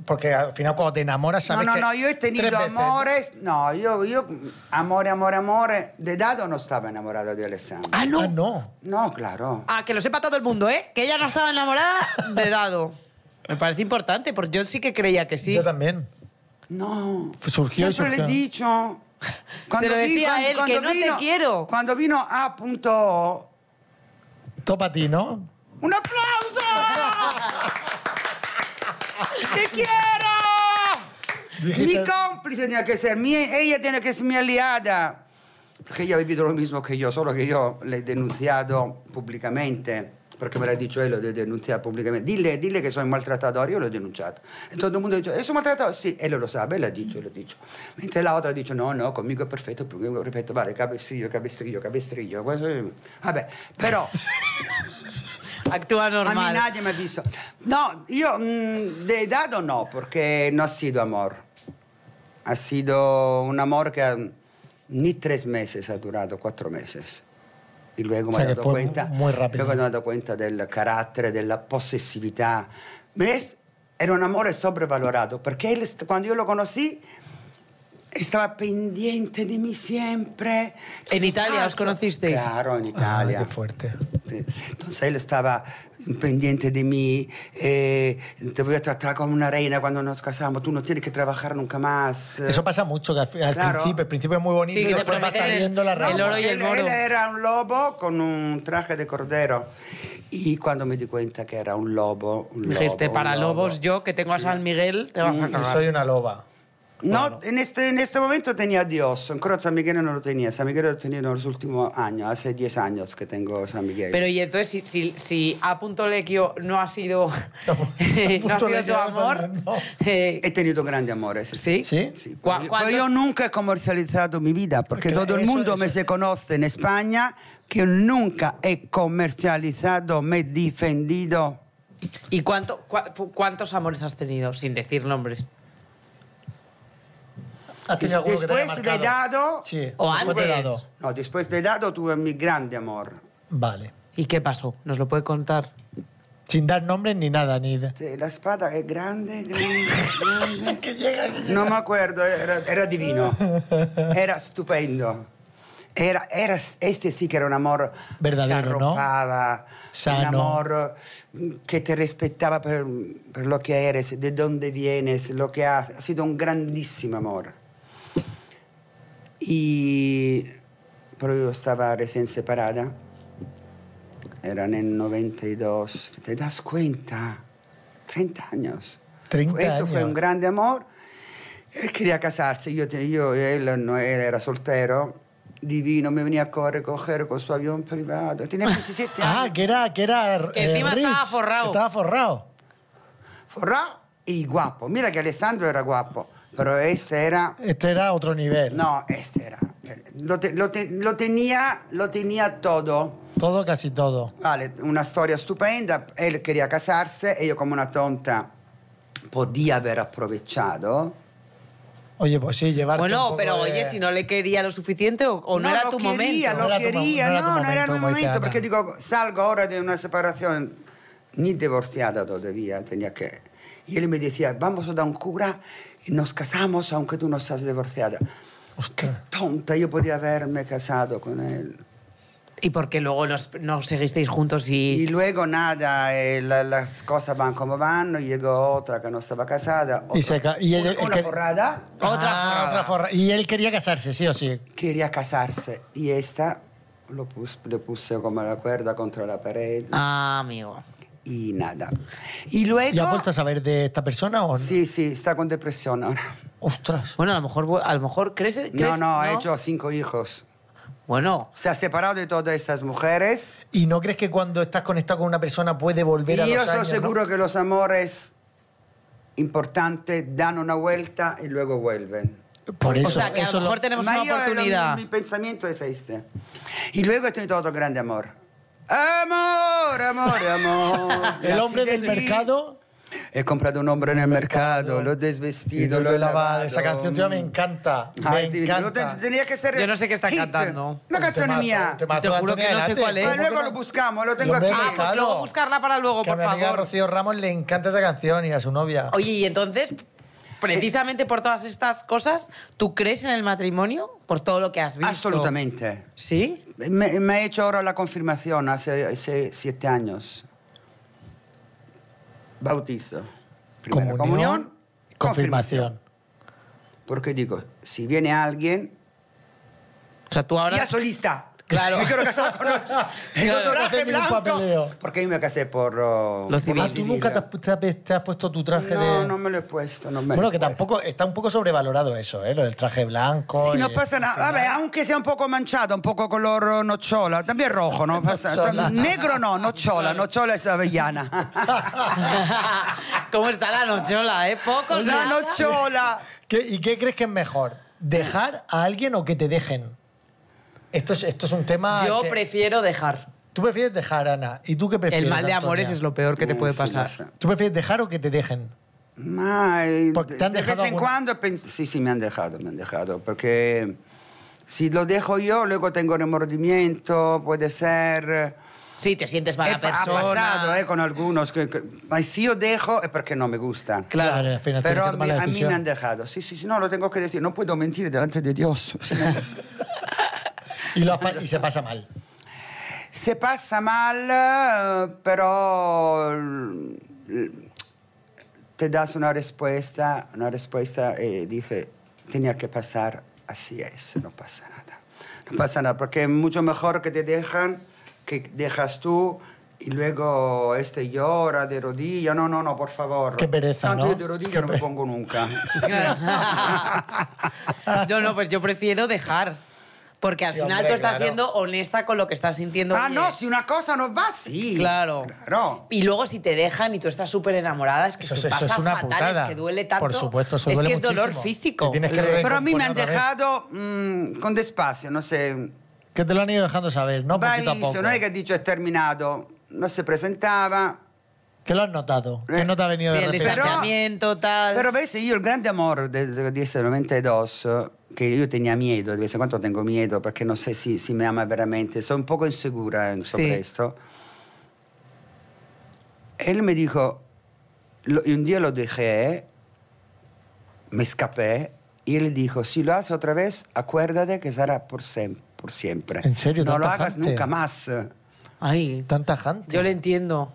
C: Porque al final cuando te enamoras
D: No,
C: sabes
D: no,
C: que
D: no, io ho
C: tres
D: tenuto
C: veces, ¿no?
D: amores, no, io, io amore, amore, amore, de Dado non stavo innamorato di Alessandro.
B: Ah, no.
C: Ah, no.
D: No, claro.
B: Ah, que lo sepa todo el mundo, ¿eh? Que ella no estaba enamorada de dado. Me parece importante, porque yo sí que creía que sí.
C: Yo también.
D: No.
C: F- surgió y
D: Sempre le
C: surgió.
D: dicho.
B: Se lo decía a él, que no te quiero.
D: Quando vino a punto O,
C: Topa a ti, ¿no?
D: un applauso! te quiero! Mi complice tiene que ser, mi, ella tiene que ser mi aliada. Perché io ha vivido lo mismo che io, solo che io l'ho denunziato pubblicamente. Perché me l'ha detto lei, l'ho denunziato pubblicamente. Dille, dille che sono un maltrattatore, io l'ho denunciato. E tutto il mondo dice, e sono maltrattato? Sì, e lei lo sa, e la dice, lo dice. Mentre l'altra dice, no, no, conmigo è perfetto, conmigo è perfetto, vale, capestriglio, capestriglio, capestriglio. questo- Vabbè, però...
B: Actúa
D: A mí
B: normal.
D: nadie me ha visto. No, yo mm, de edad o no, porque no ha sido amor. Ha sido un amor que ha- ni tres meses ha durado, cuatro meses. Y luego
C: O sea,
D: me
C: que
D: he dado
C: fue
D: cuenta.
C: muy rápido.
D: Luego me he dado cuenta del carácter, de la posesividad. ¿Ves? Era un amor sobrevalorado, porque él, est- cuando yo lo conocí, estaba pendiente de mí siempre.
B: En Italia os
D: Falso.
B: conocisteis.
D: Claro, en
C: Ah,
D: Italia.
C: qué fuerte.
D: Entonces él estaba pendiente de mí, eh, te voy a tratar como una reina cuando nos casamos, tú no tienes que trabajar nunca más.
C: Eso pasa mucho, que al, fi- al
D: Claro.
C: principio, el principio es muy bonito
B: Sí,
C: y
B: que te
C: después va
B: prometen el-
C: saliendo la
B: el
C: rama.
B: oro y el
D: él,
B: moro.
D: él era un lobo con un traje de cordero. Y cuando me di cuenta que era un lobo, un lobo,
B: Dijiste,
D: un
B: para
D: lobo".
B: lobos yo, que tengo a San Miguel, te vas a
C: Yo
B: cagar.
C: Mm, soy una loba.
D: No, en, este, en este momento tenía a Dios, ancora San Miguel no lo tenía, San Miguel lo tenía en los últimos años, hace 10 años que tengo San Miguel.
B: Pero y entonces, si, si, si A. Lequio no ha sido, no ha
C: Punto
B: sido tu
C: Lequio,
B: amor,
C: no.
B: eh,
D: He tenido grandes amores.
B: ¿sí?
C: ¿Sí?
D: Sì,
B: Qua-
D: poi-
B: quando-
D: poi io nunca he comercializzato mi vida, porque
C: Perché
D: todo el
C: eso-
D: mundo me
C: eso-
D: se conoce en España que nunca he comercializado, me he defendido.
B: ¿Y cuánto, cua- pu- cuántos amores has tenido, sin decir nombres?
C: ¿Has tenido Ah, alguno que te haya
D: Después de
C: marcado?
D: dado,
C: Sí,
B: O
C: después de
B: antes.
C: dado.
D: no, después de dado tuve mi grande amor.
C: Vale.
B: ¿Y qué pasó? ¿Nos lo puede contar?
C: Sin dar nombres ni nada, ni... de-
D: Te- La espada es grande, grande, grande. No me acuerdo, era, era divino, era stupendo. Era, era, este sí que era un amor
C: Verdadero,
D: que
C: ¿no?
D: arropaba, un
C: Sano.
D: amor que te respetaba por, por lo que eres, de dónde vienes, lo que haces. Ha sido un grandísimo amor. Y, pero yo estaba recién separada, era en el 92, ¿te das cuenta? 30 años.
C: 30
D: Eso fue
C: años.
D: un grande amor. Él quería casarse, yo, te- yo- él, no, él era soltero, divino, me venía a correr, coger con su avión privado. Tenía 27
C: Ah,
D: años.
C: que era... Que, era, eh,
B: Que encima estaba
C: rich,
B: forrado.
C: que Estaba forrado.
D: Forrà y guapo. Mira que Alessandro era guapo, pero este era...
C: Este era otro nivel.
D: No, este era... Lo, te- lo te- lo tenía, lo tenía todo.
C: Todo, casi todo.
D: Vale, una storia stupenda, él quería casarse e io come una tonta podía haber aprovechado.
C: Oye, pues sí, llevarte un
B: Bueno,
C: poco
B: pero
C: de-
B: oye, si no le quería lo suficiente o, o no, era
D: lo
B: tu
D: quería,
B: momento.
C: No
D: Lo
C: era tu mo-
D: quería,
C: no era tu
D: no, no era
C: momento,
D: il
C: come si
D: momento
C: chiama?
D: perché dico salgo ora di una separazione, ni divorciada todavía, tenía que... Y él me decía, vamos da un cura y nos casamos aunque tú no estás divorciada.
C: Ostras.
D: Tonta, yo podía haberme casado con él.
B: Y porque luego nos, no seguisteis juntos y...
D: Y luego nada, eh, la- las cosas van como van, llegó otra que no estaba casada.
C: Y
D: otra-
C: se ca- y ella-
D: una,
C: es
D: una
C: que-
D: forrada.
B: Otra
C: Ah,
B: forrada.
C: otra forra- Y él quería casarse, sí o sí.
D: quería casarse y esta lo pus- le puse como la cuerda contra la pared
B: Ah, amigo.
D: y nada. Y luego...
C: ¿Y has vuelto a saber de esta persona o no?
D: Sí, sí, está con depresión ahora.
C: Ostras.
B: Bueno, a lo mejor, a lo mejor crece,
D: No,
B: crece-
D: no, ha hecho cinco hijos.
B: Bueno,
D: Se ha separado de todas estas mujeres.
E: ¿Y no crees que cuando estás conectado con una persona puede volver a
D: y
E: los
D: yo soy
E: años, no?
D: seguro que los amores importantes dan una vuelta y luego vuelven.
C: Por eso.
B: o sea, que a
C: eso
B: lo mejor tenemos
D: Ma
B: una
D: io, lo-
B: oportunidad.
D: mi, mi pensamiento es este. Y luego he tenido otro grande amor. Amor, amor, amor.
C: El hombre
D: Nací de
C: del
D: ti.
C: mercado.
D: He comprado un hombre en el mercado, lo he desvestido, lo he lavado.
C: Esa canción tío, me encanta. Me
D: Mm. Ay, te- lo te-
C: encanta.
D: tenía que ser
B: Yo no sé qué está
D: hit.
B: cantando.
D: Una canción
C: Temazo,
D: mía.
C: temazo
B: Te
C: de
B: juro que
C: Antonio
B: no sé
C: Galate.
B: cuál es.
C: ¿Cómo
D: Bueno, luego
C: que
D: lo
C: no?
D: buscamos, lo
C: El
D: tengo
C: hombre
D: aquí.
C: del
B: Ah, pues
C: mercado.
B: luego buscarla para luego,
C: Que a
B: por
C: mi amiga
B: favor.
C: Rocío Ramos le encanta esa canción y a su novia.
B: Oye, y entonces, precisamente por todas estas cosas, ¿tú crees en el matrimonio? Por todo lo que has visto.
D: Absolutamente.
B: ¿Sí?
D: Me, me he hecho ahora la confirmación hace, hace siete años. Bautizo. Primera
C: Comunión,
D: comunión.
C: confirmación.
D: Porque digo, si viene alguien,
B: O sea, tú ahora...
D: ya solista.
B: Claro.
D: Me quiero casar con otro. El
C: Claro.
D: otro traje
C: Hacen un
D: blanco.
C: papeleo.
D: Porque yo me casé por... oh,
B: Lo
D: por
B: civil.
D: lo
C: Ah, tú nunca te has, pu- te has- te has puesto tu traje
D: No,
C: de.
D: no me lo he puesto. No me lo
C: bueno,
D: he
C: que
D: puesto.
C: tampoco está un poco sobrevalorado eso, ¿eh? Lo del traje blanco.
D: Sì,
C: y-
D: non passa nada. Vabbè, anche se è un poco manciato, un poco color eh, nocciola, también rojo, no passa
C: Eh, Nocciola.
D: Negro no, nocciola, nocciola è savegliana.
B: ¿Cómo está la nochola, eh? Pocos
D: La
B: nada.
D: nocciola.
C: ¿Qué- ¿Y qué crees que es mejor? ¿Dejar a alguien o que te dejen? Esto es, esto es un tema.
B: Yo
C: Ah, que-
B: prefiero dejar.
C: Tú prefieres dejar, Ana. ¿Y tú qué prefieres?
B: El mal de
C: Antonia?
B: amores es lo peor que te puede
D: Eh, sì, lo
B: pasar.
D: so.
C: ¿Tú prefieres dejar o que te dejen?
D: Ma eh,
C: Porque te han
D: de vez
C: dejado
D: en
C: alguna-
D: cuando pens- sí, sí, me han dejado, me han dejado, porque si lo dejo yo, luego tengo remordimiento, puede ser.
B: Sí, te sientes
D: Eh,
B: mala
D: pa- ha
B: persona.
D: pasado eh, con algunos, que, que- ma si yo dejo es porque no me gusta.
B: Claro.
C: al final tienes
D: Pero a
C: que tomar
D: mí,
C: la
D: a mí
C: decisión.
D: me han dejado. Sí, sí, sí, no, lo tengo que decir. No puedo mentir delante de Dios.
C: y, lo has pa- y se pasa mal.
D: Se passa mal, eh, però l- l- te das una risposta, una risposta e dice, tenía que pasar, así es, no pasa nada. No pasa nada, porque es mucho mejor que te dejan, que dejas tú. Y luego este llora de rodilla. No, no, no, por favor.
C: Qué pereza,
D: Tanto
C: ¿no?
D: yo de rodilla
C: Qué
D: no me
C: pe-
D: pongo nunca.
B: Yo no, pues yo prefiero dejar. Porque al
C: Sí,
B: final
C: hombre,
B: tú estás
C: claro.
B: siendo honesta con lo que estás sintiendo.
D: ah,
B: Oye,
D: no, si una cosa no va, sí.
B: Claro.
D: Claro.
B: Y luego si te dejan y tú estás súper enamorada, es que
C: Eso,
B: se
C: es- eso
B: pasa
C: es una
B: fatal,
C: putada.
B: es que duele tanto.
C: Por supuesto, eso
B: es
C: duele
B: que es dolor
C: muchísimo.
B: físico.
C: Que tienes que
B: Le-
C: re-
D: Pero a mí me han
C: Bueno, otra vez.
D: dejado mm, con despacio, no sé.
C: Que te lo han ido dejando saber, ¿no? Poquito a
D: Bravissimo,
C: poco.
D: non è che dice è terminato, non si presentava.
C: Que lo has notado.
D: Eh,
C: Que no te ha venido
B: Sí,
C: de
B: el
C: repente.
D: Pero-
B: distanciamiento, tal.
D: Però pensi, io il grande amore de- de- di essere veramente dos, che io tenia miedo, di questo quanto tengo miedo, perché non so se si mi ama veramente, sono un poco insicura in questo
B: Sì.
D: questo. E lui mi dico, lo- un día lo dejé, me escapé, y él dijo, si lo haces otra vez, acuérdate que será por, sem- por siempre.
C: ¿En serio?
D: No
C: ¿Tan
D: lo hagas
C: tajante?
D: nunca más.
B: Ay,
C: Tan tajante.
B: yo le entiendo.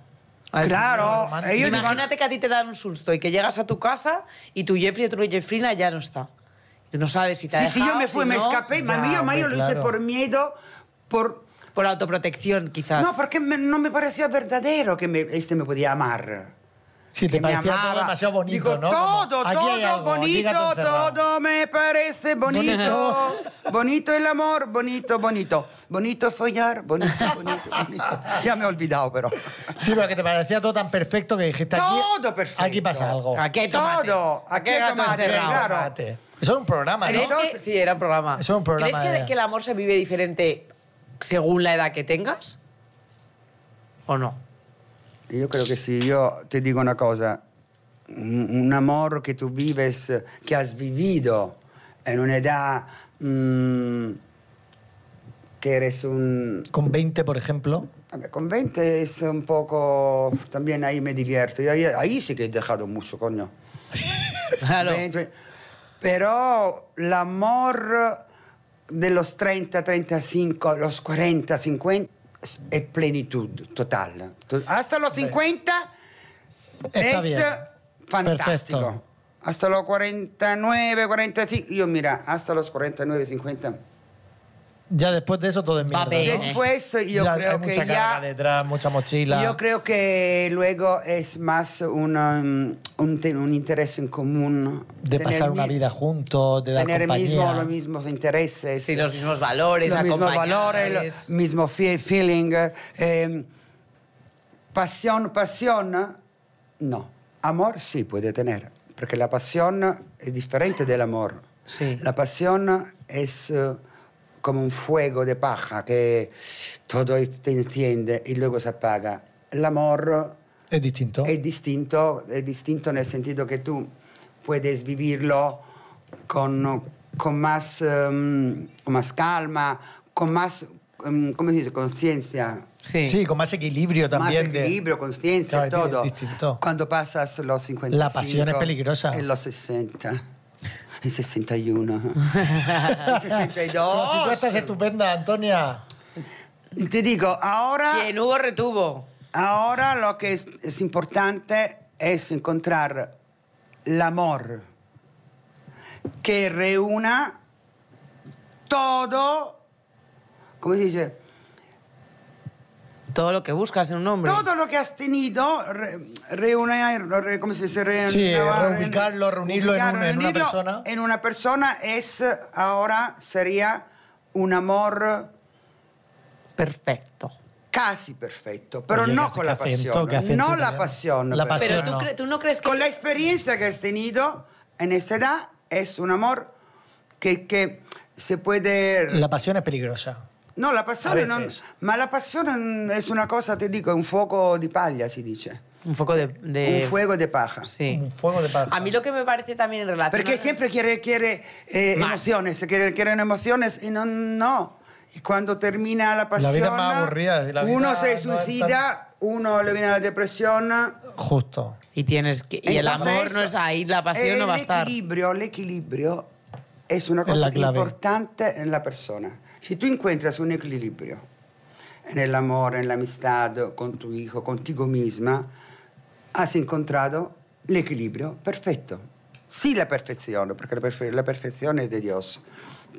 B: Al
D: claro,
C: romántico.
D: e io dico,
B: Imagínate que a ti te dan un susto y que llegas a tu casa y tu Jeffrey o tu Jeffrina ya no está. Tú no sabes si te ha
D: Sí, sí, yo
B: dejado,
D: me fui,
B: si
D: me
B: no.
D: escapé, ma
C: Ya,
D: yo, ma yo
C: hombre,
D: lo hice
C: claro.
D: por miedo, por...
B: Por autoprotección, quizás.
D: No, porque me- no me parecía verdadero que me- este me podía amar.
C: Sí,
D: que
C: te
D: me
C: parecía
D: amaba.
C: todo demasiado bonito,
D: Digo,
C: ¿no? Como,
D: Todo,
C: aquí hay
D: todo
C: algo,
D: bonito,
C: hígado encerrado.
D: todo me parece bonito. bonito el amor, bonito, bonito. Bonito follar, bonito, bonito, bonito. Ya me he olvidado, pero.
C: Sí, pero que te parecía todo tan perfecto que dijiste aquí.
D: Todo perfecto.
C: Aquí pasa algo.
B: Aquí hay tomate.
D: Todo, aquí hay
B: gato
D: tomate,
B: encerrado.
D: claro.
C: Mate. Eso era un programa, ¿no?
B: ¿Crees que,
D: Entonces-
B: sí, era un programa.
C: Eso era un programa
B: ¿Crees que,
C: de-
B: que el amor se vive diferente según la edad que tengas? ¿O no?
D: Io credo che sì, io ti dico una cosa, un, un amor che tu vives, che has vivido en un'età mm, che eres un...
C: Con 20, por ejemplo.
D: Vabbè, con 20 es un poco... También ahí me divierto. Yo ahí, ahí sí que he dejado mucho, coño.
B: Claro.
D: 20. Pero el amor de los 30, 35, los 40, 50 es- es plenitud total. To- Hasta los 50
C: Está
D: es
C: bien.
D: fantástico.
C: Perfecto.
D: Hasta los 49, 45. Yo, mira, hasta los 49, 50
C: ya después de eso todo es mierda.
B: Papel.
C: ¿no?
D: Después eh, yo
C: Ya hay
D: creo
C: mucha
D: que
C: carga
D: ya...
C: detrás, mucha mochila.
D: Yo creo que luego es más una, um, un, te- un interés en común.
C: de
D: Tener
C: pasar una
D: mi-
C: vida juntos, de dar
D: Tener el
C: compañía.
D: mismo, los mismos intereses.
B: Sí, los mismos valores,
D: los mismos valores,
B: acompañadores.
D: el mismo fe- feeling. eh, pasión, pasión, no. Amor sí puede tener, porque la pasión es diferente del amor.
F: Sí.
D: La pasión es eh, como un fuego de paja que todo te enciende y luego se apaga. El amor
C: Es distinto.
D: es distinto, es distinto nel sentido que tú puedes vivirlo con, con, más, em, con más calma, con más, em, ¿cómo se dice? Conciencia.
B: Sí.
C: Sí, con más equilibrio también.
D: más
C: de-
D: equilibrio,
C: Claro,
D: conciencia,
C: es
D: todo.
C: Cioè, distinto.
D: Cuando pasas los 55...
C: La pasión es peligrosa.
D: En los 60. En 61. en 62.
C: Pero si tú
D: ¡Oh!
C: estás estupenda, Antonia.
D: Y Te digo, ahora...
B: Quien hubo retuvo.
D: Ahora lo que es, es importante es encontrar el amor que reúna todo, ¿cómo se dice?
B: Todo lo que buscas en un hombre.
D: Todo lo que has tenido, re- reúne, re- ¿cómo se dice? Re-
C: Sí,
D: re-
C: reubicarlo, reunirlo en un- en una
D: reunirlo
C: persona.
D: En una persona es, ahora sería un amor
B: Perfecto.
D: casi perfecto, pero
C: Oye,
D: no
C: qué-
D: con
C: qué
D: la
C: acento,
D: pasión.
C: qué acento
D: No la
C: italiano.
D: pasión.
C: La
D: pero-
C: pasión.
B: Pero
C: Sí,
B: tú,
C: no.
B: cre- tú no crees que...
D: Con la experiencia que has tenido en esta edad, es un amor que, que se puede...
C: La pasión es peligrosa.
D: no, la
C: A
D: passione
C: veces.
D: non... Ma la passione es una cosa, te digo, è un fuoco di paglia, si dice.
B: Un poco de... de-
C: Eh,
D: Un fuego de paja.
B: Sí.
C: Un fuego de paja.
B: A mí lo que me parece también en relación...
D: Perché
B: a-
D: sempre quiere, quiere eh,
B: Más.
D: emociones, se quiere, quieren emociones y no, no. Y cuando termina la
C: La
D: pasión,
C: vida es más aburrida, la vida
D: uno
C: no
D: se
C: es tan-
D: suicida, uno le viene la depresión.
C: Justo.
B: Y tienes que... Y el
D: Entonces,
B: amor no es ahí, la pasión
D: el
B: no va a estar.
D: equilibrio, l'equilibrio es una
C: Es la
D: cosa
C: clave.
D: importante en la persona. Si tú encuentras un equilibrio en el amor, en la amistad, con tu hijo, contigo misma, has encontrado el equilibrio perfecto. Sí la perfección, porque la, perfe- la perfección es de Dios,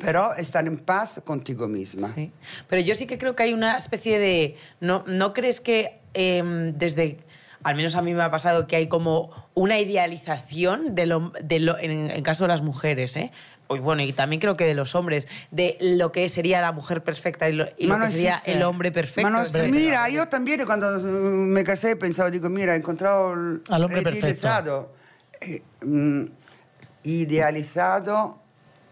D: pero estar en paz contigo misma.
B: Sí. Pero yo sí que creo que hay una especie de... ¿No, no crees que em, desde... Al menos a mí me ha pasado que hay como una idealización de lo, de lo- en, en caso de las mujeres, ¿eh? Y bueno, y también creo que de los hombres, de lo que sería la mujer perfecta y lo, y lo
D: Ma no
B: que sería
D: existe.
B: el hombre perfecto.
D: Ma no existe.
B: etcétera.
D: mira, yo también cuando mm, me casé pensaba, digo, mira, he encontrado el-
C: Al hombre
D: idealizado, eh, mm, idealizado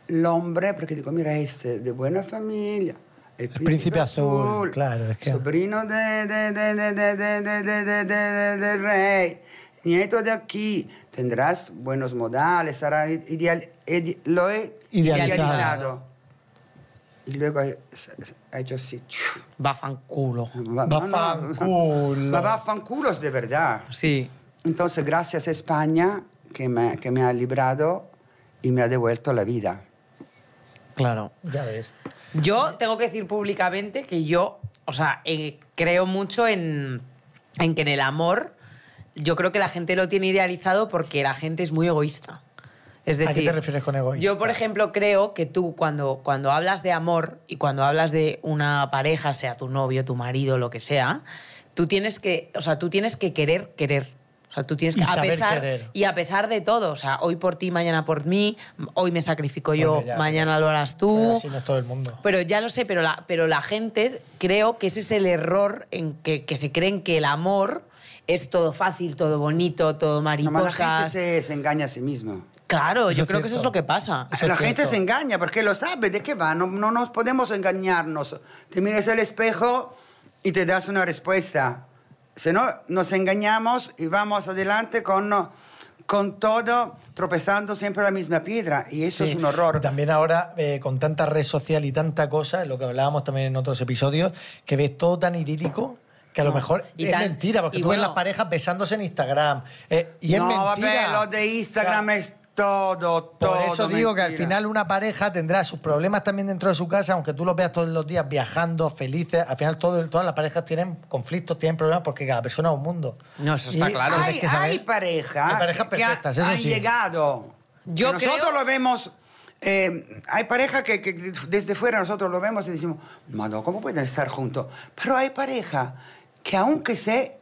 D: el hombre, porque digo, mira, este de buena familia. El príncipe,
C: príncipe azul, claro, es que-
D: Sobrino de- de- de- de- de- de- de- de- de- de- del rey, nieto de aquí, tendrás buenos modales, será ideal, ide- lo he
C: Idealizado.
D: idealizado. Y luego he he hecho así. chu.
B: Va fanculo.
D: Va- no, no.
C: Vaffanculo.
D: Va- vaffanculos de verdad.
B: Sí.
D: Entonces, gracias a España que me, que me ha librado y me ha devuelto la vida.
B: Claro.
C: Ya ves.
B: Yo tengo que decir públicamente que yo, o sea, eh, creo mucho en, en que en el amor, yo creo que la gente lo tiene idealizado porque la gente es muy egoísta. Es
C: ¿A qué
B: decir,
C: te refieres con egoísta?
B: Yo, por ejemplo, creo que tú cuando, cuando hablas de amor y cuando hablas de una pareja, sea tu novio, tu marido, lo que sea, tú tienes que, o sea, tú tienes que querer querer. O sea, tú tienes que
C: Y
B: a
C: saber
B: pesar-
C: querer.
B: y a pesar de todo, o sea, hoy por ti, mañana por mí, hoy me sacrifico yo,
C: Bueno, ya,
B: mañana lo harás
C: Pero
B: tú.
C: así no es todo el mundo.
B: Pero ya lo sé, pero la, pero la gente creo que ese es el error en que, que se creen que el amor es todo fácil, todo bonito, todo
D: Nomás la gente
B: mariposas.
D: se, se engaña a sí misma.
B: Claro, yo
C: es
B: creo que eso es
C: cierto.
B: lo que pasa.
C: Eso es
D: la gente
C: cierto.
D: se engaña porque lo sabe de qué va. No, no nos podemos engañarnos. Te miras al espejo y te das una respuesta. Si no, nos engañamos y vamos adelante con, con todo tropezando siempre la misma piedra. Y eso
C: Sí.
D: es un horror.
C: Y también ahora, eh, con tanta red social y tanta cosa, lo que hablábamos también en otros episodios, que ves todo tan idílico que a lo
B: No.
C: mejor
B: Ah. Y
C: es
B: tan-
C: mentira, porque
B: y
C: tú ves
B: bueno.
C: las parejas besándose en Instagram. eh, y es
D: no,
C: mentira.
D: vabbè, lo de Instagram
C: O sea,
D: es todo, todo.
C: Por eso digo que al
D: mentira.
C: final una pareja tendrá sus problemas también dentro de su casa, aunque tú los veas todos los días viajando, felices. Al final todo, todas las parejas tienen conflictos, tienen problemas, porque cada persona es un mundo.
B: No, eso está
C: Y
B: claro.
C: tienes
D: hay,
C: que saber-
D: hay parejas
C: Hay parejas
D: que ha-
C: perfectas, eso
D: han
C: sí.
D: llegado.
B: Yo
D: Que nosotros
B: creo-
D: lo vemos Eh, hay pareja que, que desde fuera nosotros lo vemos y decimos, no, ¿cómo pueden estar juntos? Pero hay pareja que aunque se,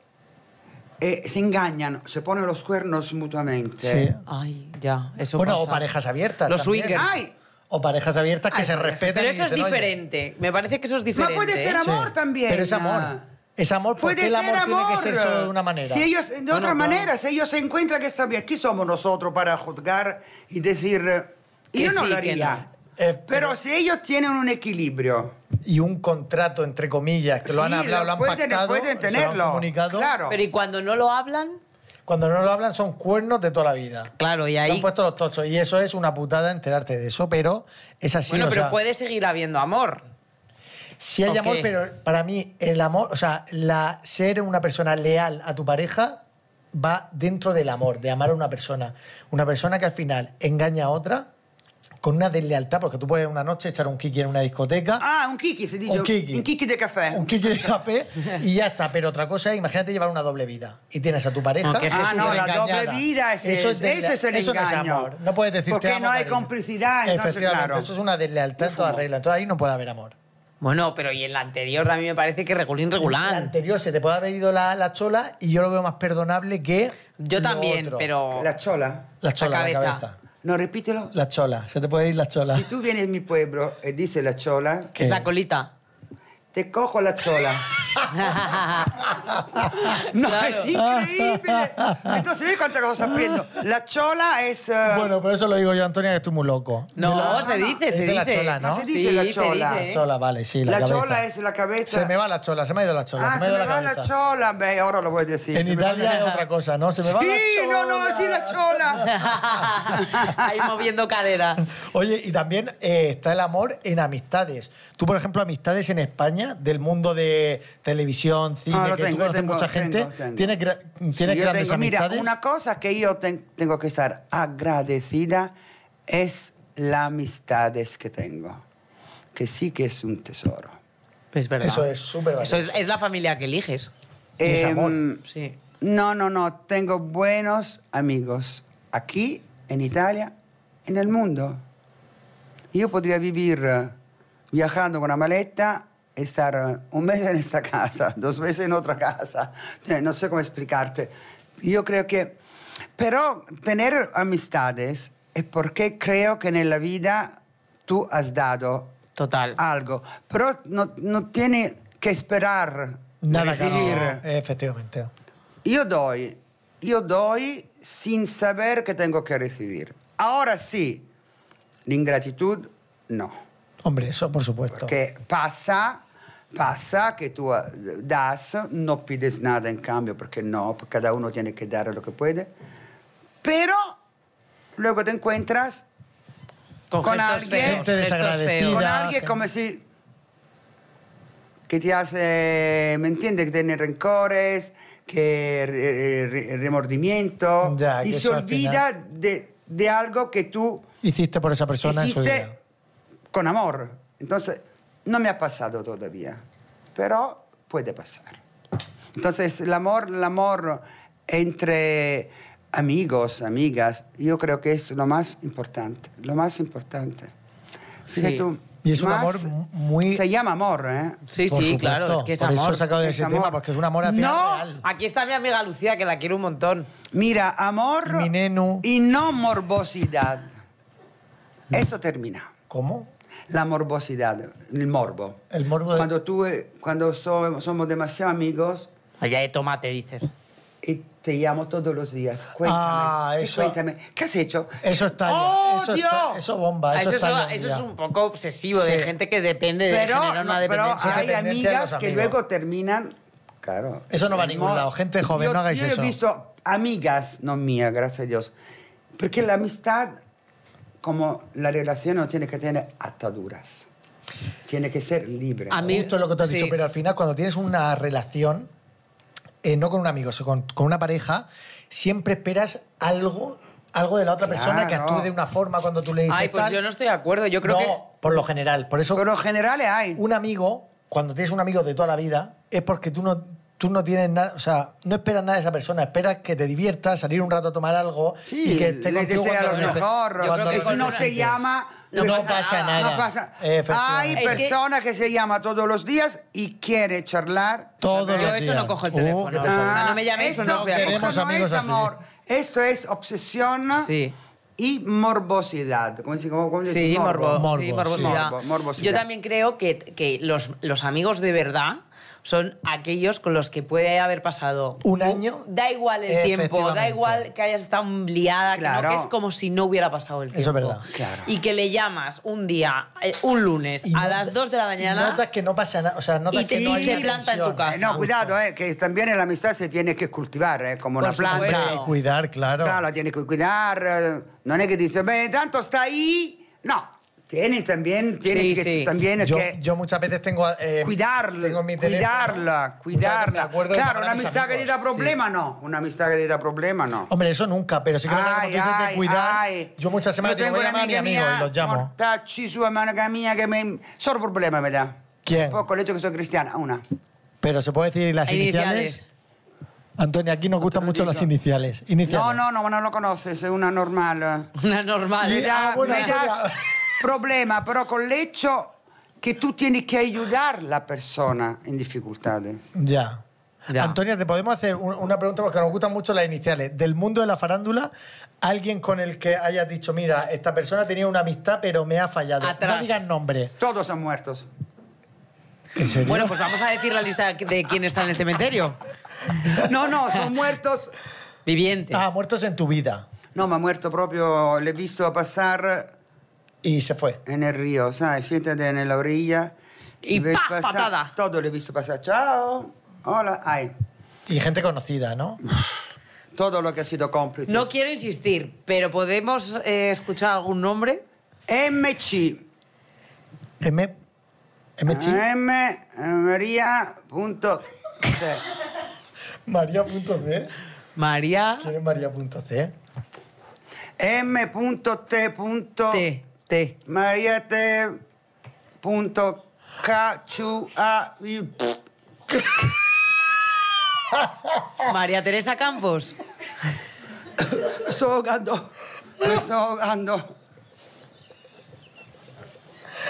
D: eh, se engañan, se ponen los cuernos mutuamente.
G: Sí.
B: Ay, ya, eso
C: bueno,
B: pasa.
C: o parejas abiertas.
B: Los
C: también.
B: swingers.
D: ¡Ay!
C: O parejas abiertas que
D: Ay,
C: se respeten.
B: Pero
C: y
B: eso es
C: dicen, "Oye".
B: diferente. Me parece que eso es
D: Ma
B: diferente.
D: puede ser
B: ¿eh?
C: Sí.
D: amor también. Ah.
C: Pero es amor. Es amor porque
D: Puede
C: el amor,
D: ser amor.
C: tiene que ser solo de una manera.
D: Si ellos, de
B: Bueno,
D: otra
B: claro.
D: manera, si ellos se encuentran que están bien, ¿quién somos nosotros para juzgar y decir, eh,
B: Que
D: yo no
B: sí,
D: lo
B: que
D: haría?
C: Eh,
D: Pero si ellos tienen un equilibrio,
C: y un contrato, entre comillas, que lo han
D: Sí,
C: hablado,
D: lo
C: lo han
D: pueden-
C: pactado,
D: pueden
C: se lo han
D: tenerlo,
C: comunicado.
D: claro.
B: Pero ¿y cuando no lo hablan?
C: Cuando no lo hablan son cuernos de toda la vida.
B: Claro, y
C: Te
B: ahí...
C: han puesto los tochos y eso es una putada enterarte de eso, pero es así.
B: bueno,
C: o
B: pero
C: sea,
B: puede seguir habiendo amor.
C: Sí hay
B: ¿o
C: amor,
B: qué?
C: pero para mí el amor, o sea, la, ser una persona leal a tu pareja va dentro del amor, de amar a una persona. Una persona que al final engaña a otra con una deslealtad, porque tú puedes una noche echar un kiki en una discoteca.
D: ah, un kiki se dice,
C: Un kiki.
D: de café.
C: Un kiki de café y ya está. Pero otra cosa es, imagínate llevar una doble vida. Y tienes a tu pareja.
B: Ah, qué
D: Ah, no, la
C: engañada.
D: doble vida, ese,
C: Eso es,
D: ese es el
C: eso no es
D: engaño.
C: amor. No puedes decir
D: Porque
C: "Te amo,
D: no hay
C: cariño".
D: complicidad, entonces,
C: Efectivamente,
D: claro.
C: Eso es una deslealtad en toda regla. Entonces ahí no puede haber amor.
B: Bueno, pero y en la anterior a mí me parece que regulín,
C: El
B: regulán.
C: anterior se te puede haber ido la, la chola y yo lo veo más perdonable que.
B: Yo
C: lo
B: también,
C: otro.
B: pero...
D: La chola.
C: La chola, la
B: la
C: cabeza.
B: cabeza.
D: No, repítelo.
C: La chola, se te puede ir la chola.
D: Si tú vienes a mi pueblo y dices la chola,
B: Que es la colita.
D: te cojo la chola. No, es increíble. Entonces, ¿ves cuántas cosas aprendo? La chola es... eh,
C: Bueno, pero eso lo digo yo, Antonia, que estoy muy loco.
B: No,
C: La-
B: se dice, se
C: Es de
B: dice.
C: la chola, ¿no?
D: No, se dice la chola.
B: se dice.
C: La chola, vale, sí, la,
D: la
C: cabeza.
D: chola es la cabeza.
C: Se me va la chola, se me ha ido la chola.
D: Ah,
C: se me ha ido la
D: va la
C: cabeza.
D: chola. Beh, ahora lo voy a decir.
C: En
D: Se me va la-
C: Italia es otra cosa, ¿no? Se me va la
D: Sí,
C: chola.
D: no, no, sí, la chola.
B: Ahí moviendo cadera.
C: Oye, y también eh, está el amor en amistades. Tú, por ejemplo, amistades en España, del mundo de televisión, cine,
D: Ah, lo
C: que tú
D: tengo,
C: conoces
D: tengo,
C: mucha
D: tengo,
C: gente.
D: tengo.
C: Tienes, gra- tienes
D: Yo
C: grandes
D: tengo- mira,
C: amistades.
D: una cosa que yo ten- tengo que estar agradecida es las amistades que tengo, que sí que es un tesoro.
B: Es verdad.
C: Eso es súper
B: Eso
C: valioso.
B: es, es la familia que eliges.
C: Y es
D: Em,
C: amor.
B: Sí.
D: No, no, no, tengo buenos amigos aquí, en Italia, en el mundo. Yo podría vivir eh, viajando con una maleta, estar eh, un mes en esta casa, dos meses en otra casa. Eh, No sé cómo explicarte. Yo creo que... Pero tener amistades es porque creo que en la vida tú has dado
B: Total.
D: algo, pero no, no tiene que esperar
C: Nada que
D: recibir.
C: no, eh, Efectivamente.
D: Io do, io do sin saber que tengo que recibir. Ahora sí, la ingratitud no,
C: Hombre, eso por supuesto.
D: porque pasa, pasa que tú eh, das, no pides nada en cambio, porque no, cada uno tiene que dar lo que puede, pero luego te encuentras
B: Con,
D: con
B: gestos
D: alguien-
B: feos,
C: Gente
B: gestos
C: desagradecida.
B: feos.
D: con
C: Ya,
D: alguien
C: sí.
D: como si que te hace, ¿me entiendes? Que tiene rencores, que re- re- remordimiento
C: Ya, que
D: y se
C: eso al
D: olvida de, de algo que tú
C: Hiciste por esa persona en su vida.
D: hiciste con amor. Entonces, no me ha pasado todavía, pero puede pasar. Entonces, el amor, el amor entre amigos, amigas, yo creo que es lo más importante, lo más importante. Fíjate
B: Sí.
D: tú,
C: Y es un
D: más-
C: amor m- muy-
D: Se llama amor, ¿eh?
B: Sí,
C: Por
B: sí,
C: supuesto,
B: claro, es que es
C: por eso he
B: amor.
C: sacado de
D: Es
C: ese
D: amor.
C: tema, porque es un amor hacia
D: No.
C: real.
B: Aquí está mi amiga Lucía, que la quiero un montón.
D: Mira, amor
C: Mi nenu.
D: y no morbosidad. Eso termina.
C: ¿Cómo?
D: La morbosidad, el morbo.
C: El morbo de-
D: Cuando tú, eh, cuando so- somos demasiado amigos
B: Allá de tomate, dices.
D: y te llamo todos los días. Cuéntame.
C: Ah,
D: y
C: eso-
D: Cuéntame. ¿Qué has hecho?
C: Eso está
D: ¡Oh,
C: ya, Eso, está-
D: ¡Odio!
C: eso bomba.
B: Ah,
C: Eso,
B: Eso, es-
C: está ya,
B: eso
C: ya.
B: es un poco obsesivo de
C: Sí.
B: gente que depende de
D: Pero,
B: generar
D: no,
B: Eh, una
D: pero
B: dependencia.
D: hay
C: Dependencia de los
D: amigas que
C: amigos.
D: luego terminan. Claro.
C: Eso no va a ningún lado. Gente joven,
D: yo-
C: no hagáis
D: yo
C: eso.
D: he visto amigas, no mía, gracias a Dios. Porque la amistad, como la relación, no tiene que tener ataduras. Tiene que ser libre.
B: A mí-
C: Justo lo que te has
B: sí.
C: dicho, pero al final cuando tienes una relación, eh, no con un amigo, sino con, con una pareja, siempre esperas algo, algo de la otra persona que
D: Claro.
C: actúe de una forma cuando tú le dices
B: Ay, pues
C: tal.
B: yo no estoy de acuerdo. Yo creo
C: No,
B: que.
C: por lo general. Por eso
D: Por lo general hay.
C: un amigo, cuando tienes un amigo de toda la vida, es porque tú no tú no tienes nada, o sea, no esperas nada de esa persona, esperas que te diviertas, salir un rato a tomar algo
D: Sí,
C: y que esté
D: le
C: contigo
D: desea
C: cuando
D: lo
C: lo neces-
D: mejor.
C: cuando
B: creo que
C: lo
D: Eso no se
C: necesites.
D: llama...
C: No
D: le-
C: pasa nada.
D: No pasa- Hay
C: Efectivamente.
B: Es que-
D: personas que se llama todos los días y quiere charlar. Ah,
H: Todos
B: Yo
H: los
B: eso
H: días.
B: no cojo el
C: Uh,
H: Oh,
B: teléfono.
H: qué
B: o
H: pesado.
B: sea, no me llames
D: esto,
B: o no os veáis.
D: esto
H: Queremos
D: no
H: amigos
D: es
H: así.
D: amor. Esto es obsesión
B: Sí.
D: y morbosidad. ¿Cómo se cómo- cómo se dice?
B: Sí, morbo,
C: Morbo.
B: sí,
C: Morbo,
B: morbosidad.
D: Morbo, morbosidad.
B: Yo también creo que, que los, los amigos de verdad son aquellos con los que puede haber pasado
C: Un año.
B: Da igual el tiempo, da
C: Efectivamente.
B: igual que hayas estado liada, que no,
D: Claro.
B: que es como si no hubiera pasado el
C: Eso es
B: tiempo.
C: verdad.
D: Claro.
B: Y que le llamas un día, eh, un lunes,
C: Y
B: a
C: notas-
B: las 2 de la
C: y
B: mañana.
C: notas que no pasa nada, o sea, notas
B: Y te-
C: que no
D: y
C: hay
D: se
C: una
B: planta en
C: tensión.
B: tu casa.
D: Eh, no, cuidado, eh, que también la amistad se tiene que cultivar, eh, como
B: Por
D: una planta.
B: supuesto.
C: Hay que Cuidar, claro.
D: Claro, la tienes que cuidar. eh, No es que dices, "Ve, tanto está ahí. No, tienes también, tienes
B: Sí,
D: que
B: sí.
D: también
C: Yo,
D: que
C: yo muchas veces tengo... eh,
D: cuidarla,
C: tengo mi teléfono.
D: cuidarla,
C: Muchas veces me
D: cuidarla.
C: acuerdo de
D: Claro,
C: llamar a
D: una
C: mis
D: amistad que te
C: amigos.
D: da problema, no. Una amistad que te da problema, no.
C: Hombre, eso nunca, pero sí que es verdad que como tú dices de cuidar.
D: ay.
C: Yo muchas semanas
D: Yo
C: digo, voy a llamar a mi amigo
D: mía,
C: y los llamo.
D: Mortacci, su amiga mía, que me... Solo problema me da.
C: ¿Quién?
D: Poco el hecho que soy cristiana, una.
C: Pero se puede decir las
B: Hay
C: iniciales.
B: iniciales.
C: Antonio, aquí nos gustan
D: lo
C: mucho
D: digo.
C: las iniciales. Iniciales.
D: No, no, no, no lo conoces, es una normal. eh.
B: Una normal.
D: Mi
C: Ah,
D: dà,
C: buona
D: mi dà
C: storia.
D: problema però con l'eccio che tu tieni che aiutare la persona in difficoltà.
C: Ya.
B: Ya.
C: Antonia, te podemos hacer un- una pregunta porque nos gustan mucho las iniciales. Del mundo de la farándula, alguien con el que hayas dicho, mira, esta persona tenía una amistad, pero me ha fallado.
B: Atrás.
C: No digas nombre.
D: Todos son muertos.
B: Bueno, pues vamos a decir la lista de quién está en el cementerio.
D: No, no, sono muertos.
B: Viviente.
C: Ah, muertos en tu vida.
D: No, ma muerto proprio, l'ho visto passare
C: Y se fue.
D: nel rio, sai, siete nella orilla.
B: Y
D: ves
B: pa, patada.
D: Todo l'ho visto passare. Ciao, hola, ay.
C: Y gente conocida, ¿no?
D: Todo lo que ha sido cómplice.
C: pues.
B: No quiero insistir, pero ¿podemos eh, escuchar algún nombre?
D: MC.
C: M.
D: Ah.
C: MG.
D: M. eh, Maria. Punto. C.
C: María.c.
B: María
C: ¿Quién es María.c?
D: M. Punto. T. Punto.
B: T. T.
D: Mariette. Punto. K. Chu. A. y-
B: María Teresa Campos.
D: Sto ahogando. Me sto ahogando.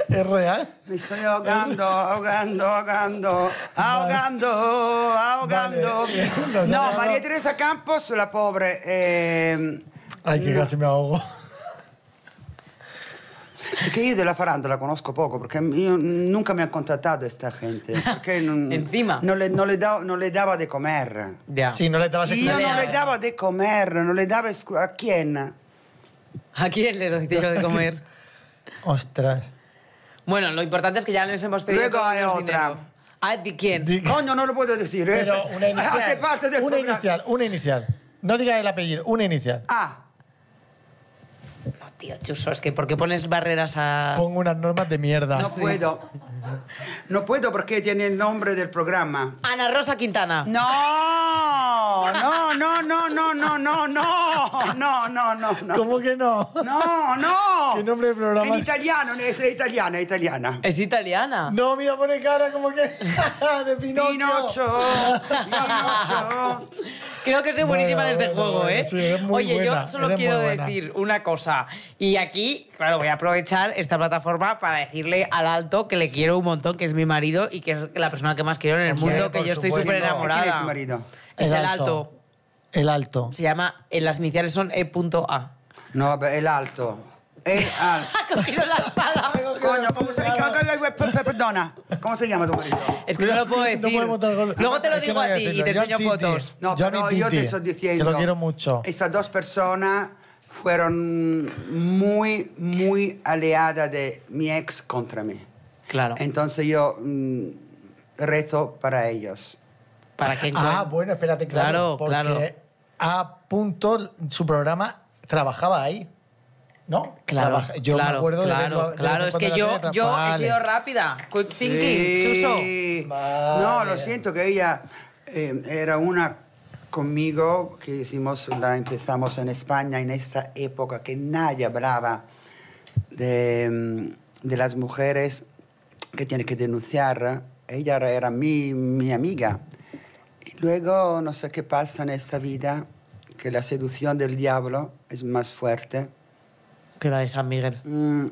C: ¿Es real?
D: Mi sto ahogando, ahogando, ahogando, ahogando, ahogando.
C: Vale. Lo
D: No,
C: sappiamo.
D: Maria Teresa Campos, la povera. ehm,
C: Ay, que casi me ahogo.
D: Perché io della Farandola conosco poco, perché io nunca mi ha contattato questa gente. Perché non,
B: Enzima.
D: non, le, non, le davo- non le dava de comer.
B: Ya.
C: Sí, no le dabas
D: Io
C: explicación.
D: non le davo de comer, non le davo esclu- a chi?
B: ¿A quién le doy yo de comer?
C: Ostras.
D: Eh,
B: Bueno, lo importante es que ya les hemos pedido.
D: Luego
B: todos
D: hay
B: los
D: otra.
B: dinero. ¿A ti quién?
C: Di-
D: Coño, non lo puedo decir. eh.
C: Pero una
D: Hace
C: inicial.
D: parte del
C: Una
D: programa.
C: inicial, una inicial. No digas el apellido, una inicial.
D: Ah,
B: No, tío, chuso, es que ¿por qué pones barreras a.
C: Pongo unas normas de mierda.
D: no puedo. No puedo perché tiene il nome del programma.
B: Ana Rosa Quintana.
D: No, no, no, no, no, no, no, no, no, no, no, no.
C: ¿Cómo que no?
D: No, no.
C: ¿Qué nombre de programa?
D: En italiano, es italiana, italiana.
B: Es italiana.
C: No, mira, pone cara como que. de Pinocho.
D: Pinocho, Pinocho.
B: Creo que soy
C: Bueno,
B: buenísima en este
C: bueno,
B: juego,
C: bueno,
B: ¿eh?
C: sí, eres muy
B: Oye, yo
C: buena,
B: solo
C: eres muy
B: quiero
C: buena.
B: decir una cosa. Y aquí, claro, voy a aprovechar esta plataforma para decirle al alto que le quiero un montón, que es mi marido y que es la persona que más quiero en el
C: Hombre,
B: mundo, que
C: por
B: yo estoy
C: supuesto.
B: súper
D: ¿Quién es
B: enamorada.
D: tu marido?
B: Es el alto.
C: El alto.
B: Se llama, en las iniciales son E E.A.
D: No, vabbè, è l'alto. È alto.
B: Ha cogido la
C: Ah,
B: espada.
D: Coño, ¿cómo se llama? Perdona, ¿cómo se llama tu marido?
B: Es que no lo puedo decir.
C: No podemos dar gol-
B: Luego te lo
C: Es que
B: digo
C: no voy
B: a ti y
C: decirlo.
B: te
C: Yo
B: enseño
C: Titi.
B: fotos.
D: No,
C: Johnny
D: pero yo te
C: Tinti,
D: estoy diciendo.
C: que lo quiero mucho.
D: Esas dos personas fueron muy, muy aliadas de mi ex contra mí.
B: Claro.
D: Entonces yo mm, rezo para ellos.
B: Para que
C: Ah,
B: encuent-
C: bueno, espérate,
B: Claro,
C: claro. porque
B: claro.
C: A punto, su programa trabajaba ahí. ¿No?
B: Claro,
C: Trabaja- yo
B: claro,
C: me acuerdo de
B: claro,
C: verlo- de
B: claro.
C: verlo
B: Es que
C: cuando
B: yo,
C: la tenía,
B: yo he
C: vale.
B: sido rápida. Quick thinking, chuso.
D: Sí.
C: Vale.
D: No, lo siento que ella eh, era una conmigo que hicimos, la empezamos en España en esta época que nadie hablaba de, mm, de las mujeres que tienen que denunciar. Ella era, era mi, mi amiga. Y luego no sé qué pasa en esta vida, que la seducción del diablo es más fuerte.
B: Que la de San Miguel.
D: Mm.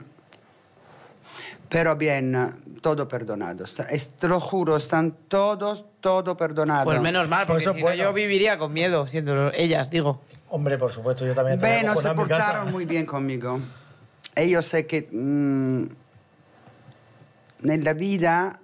D: Pero bien, todo perdonado. Está- es- te lo juro, están todos, todo perdonado.
B: Pues menos mal, porque
C: Por eso
B: si no
C: bueno.
B: yo viviría con miedo, siendo ellas, digo.
C: Hombre, por supuesto, yo también. estaría
D: Bueno, se
C: acojonado en mi casa.
D: portaron muy bien conmigo. E io sé che mm, nella vita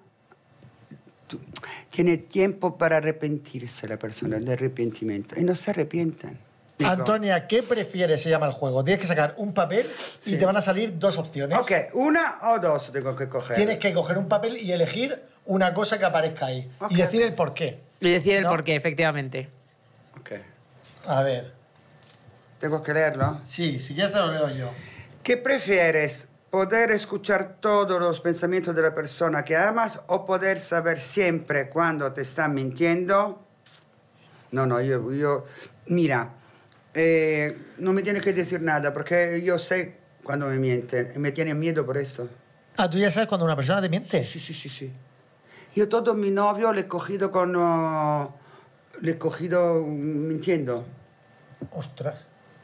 D: tu- tiene tiempo para arrepentirse la persona e del arrepentimiento. Y no se arrepienten. Dico,
C: Antonia, ¿qué prefieres? Se llama el juego. Tienes que sacar un papel y te van a salir dos opciones.
D: Ok, una o dos tengo que coger.
C: Tienes que coger un papel y elegir una cosa que aparezca ahí.
D: Ok.
C: Y decir el por qué.
B: Y decir el
C: No.
B: porqué, efectivamente.
D: Ok.
C: A ver.
D: Tengo que leerlo.
C: Sí, si quieres te lo leo yo.
D: ¿Qué prefieres? ¿Poder escuchar todos los pensamientos de la persona que amas o poder saber siempre cuando te están mintiendo? No, no, yo, yo mira, eh, no me tienes que decir nada porque yo sé cuando me mienten. ¿Me tienen miedo por esto?
C: Ah, tú ya sabes cuando una persona te miente.
D: Sí, sí, sí, sí. Yo todo mi novio le he cogido con... oh, le he cogido mm, mintiendo.
C: Ostras.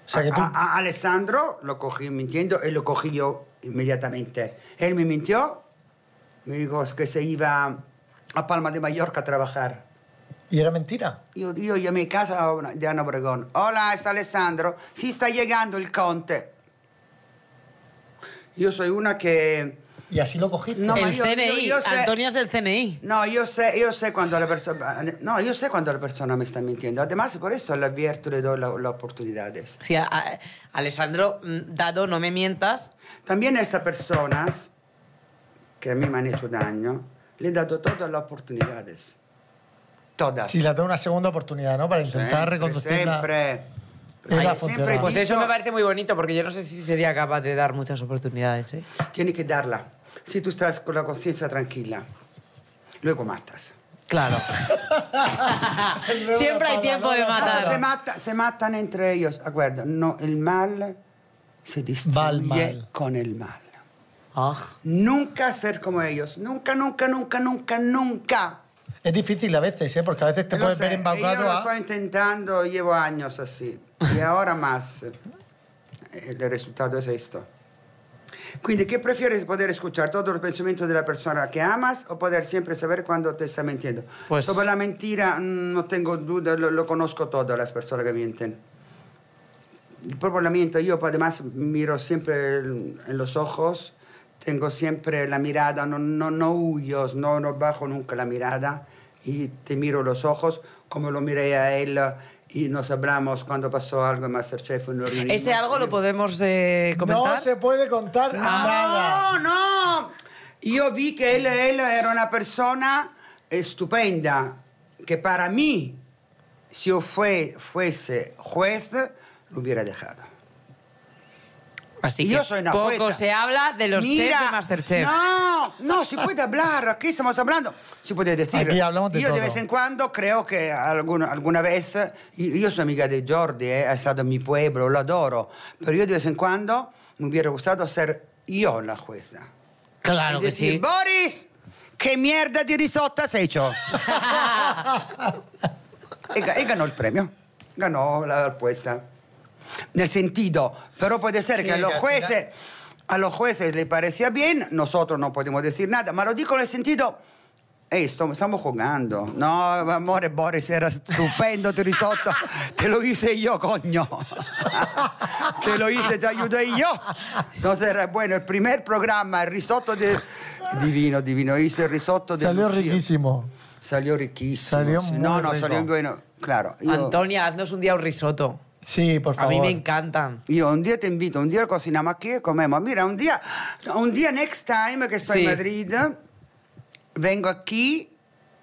C: O sea que tú.
D: A, a- a Alessandro lo cogí mintiendo y lo cogí yo inmediatamente. Él me mintió, me dijo que se iba a Palma de Mallorca a trabajar.
C: Y era mentira.
D: Yo, yo llamé a casa a una- de Ana Obregón. Hola, es Alessandro. Sí está llegando el conte. Yo soy una que...
C: Y así lo cogiste.
D: No, ma
B: el
D: io-
B: CNI,
D: io- io se-
B: Antonia es del CNI.
D: No, yo sé, yo sé cuando la persona... No, yo sé cuando la persona me está mintiendo. Además, por eso le advierto, le doy la- las oportunidades.
B: Sí, a- a- Alessandro, mm, dado, no me mientas.
D: También a estas personas que a mí me han hecho daño, le he dado todas las oportunidades. Todas.
C: Si la da una segunda oportunidad, ¿no? Para
D: Siempre,
C: intentar reconducirla.
D: Siempre.
C: Ella funciona.
D: Ay, siempre he
B: Pues
D: dicho,
B: eso me parece muy bonito, porque yo no sé si sería capaz de dar muchas oportunidades. ¿eh?
D: Tienes que darla. Si tú estás con la conciencia tranquila, luego matas.
B: Claro. Siempre hay tiempo de
D: Ah, Se,
B: matar.
D: mata- se matan entre ellos. Ah, Guarda, no, el mal se
C: Va al
D: distribuye
C: mal.
D: con el mal.
B: Ah,
D: Nunca ser como ellos. Nunca, nunca, nunca, nunca, nunca.
C: Es difícil a veces, ¿eh? Porque a veces te
D: Lo
C: puedes
D: sé,
C: ver embaucado
D: Yo lo
C: a.
D: estoy intentando, llevo años así. Y ahora más. El resultado es esto. Quindi, ¿qué prefieres poder escuchar todos los pensamientos de la persona que amas o poder siempre saber cuando te está mintiendo?
B: Pues-
D: Sobre la mentira, mm, no tengo duda, lo, lo conozco todo, las personas que mienten. Proprio la miento, yo pues, además miro siempre el- en los ojos, tengo siempre la mirada, no, no, no huyo, no, no bajo nunca la mirada y te miro los ojos como lo miré a él y nos hablamos cuando pasó algo en Masterchef. y nos reunimos.
B: Ese algo lo podemos eh, comentar. Ah.
C: No se puede contar nada.
D: No, no. Io vi che él, él era una persona eh, stupenda, che para mí, si yo fue, fuese juez, lo hubiera dejado.
B: Así
D: Y
B: que
D: yo soy una
B: poco
D: jueza.
B: se habla de los chefs de Masterchef.
D: No, no, si puede hablar. Aquí estamos hablando. Si puede decir.
C: Aquí hablamos de
D: yo de
C: todo.
D: vez en cuando creo que alguna, alguna vez. Yo, yo soy amiga de Jordi, eh, ha estado en mi pueblo, lo adoro. Pero yo de vez en cuando me hubiera gustado ser yo la jueza.
B: Claro
D: y
B: que
D: decir,
B: sí.
D: Boris, ¿qué mierda de risotto has hecho? y, ga- y ganó el premio. Ganó la apuesta. Nel sentido, pero puede ser que a los
C: al
D: jueces, a los jueces les parecía bien, nosotros no podemos decir nada, pero lo digo en el sentido, "Ey, esto- estamos jugando. No, amore, Boris, era estupendo tu risotto, te lo hice yo, coño. te lo hice, te ayudé yo. Entonces era bueno, el primer programa, el risotto de... Divino, divino, hice el risotto de
C: Salió
D: Lucia.
C: riquísimo.
D: Salió riquísimo.
C: Salió
D: sí.
C: muy
D: no, no,
C: rico.
D: salió bueno. Claro. Io,
B: Antonia, haznos un día un risotto.
C: Sí, por
B: A
C: favor.
B: mí me encantan.
D: io un día te invito, un día cociniamo aquí e comemos. Mira, un día, un día next time che sto
B: Sì.
D: in Madrid, vengo aquí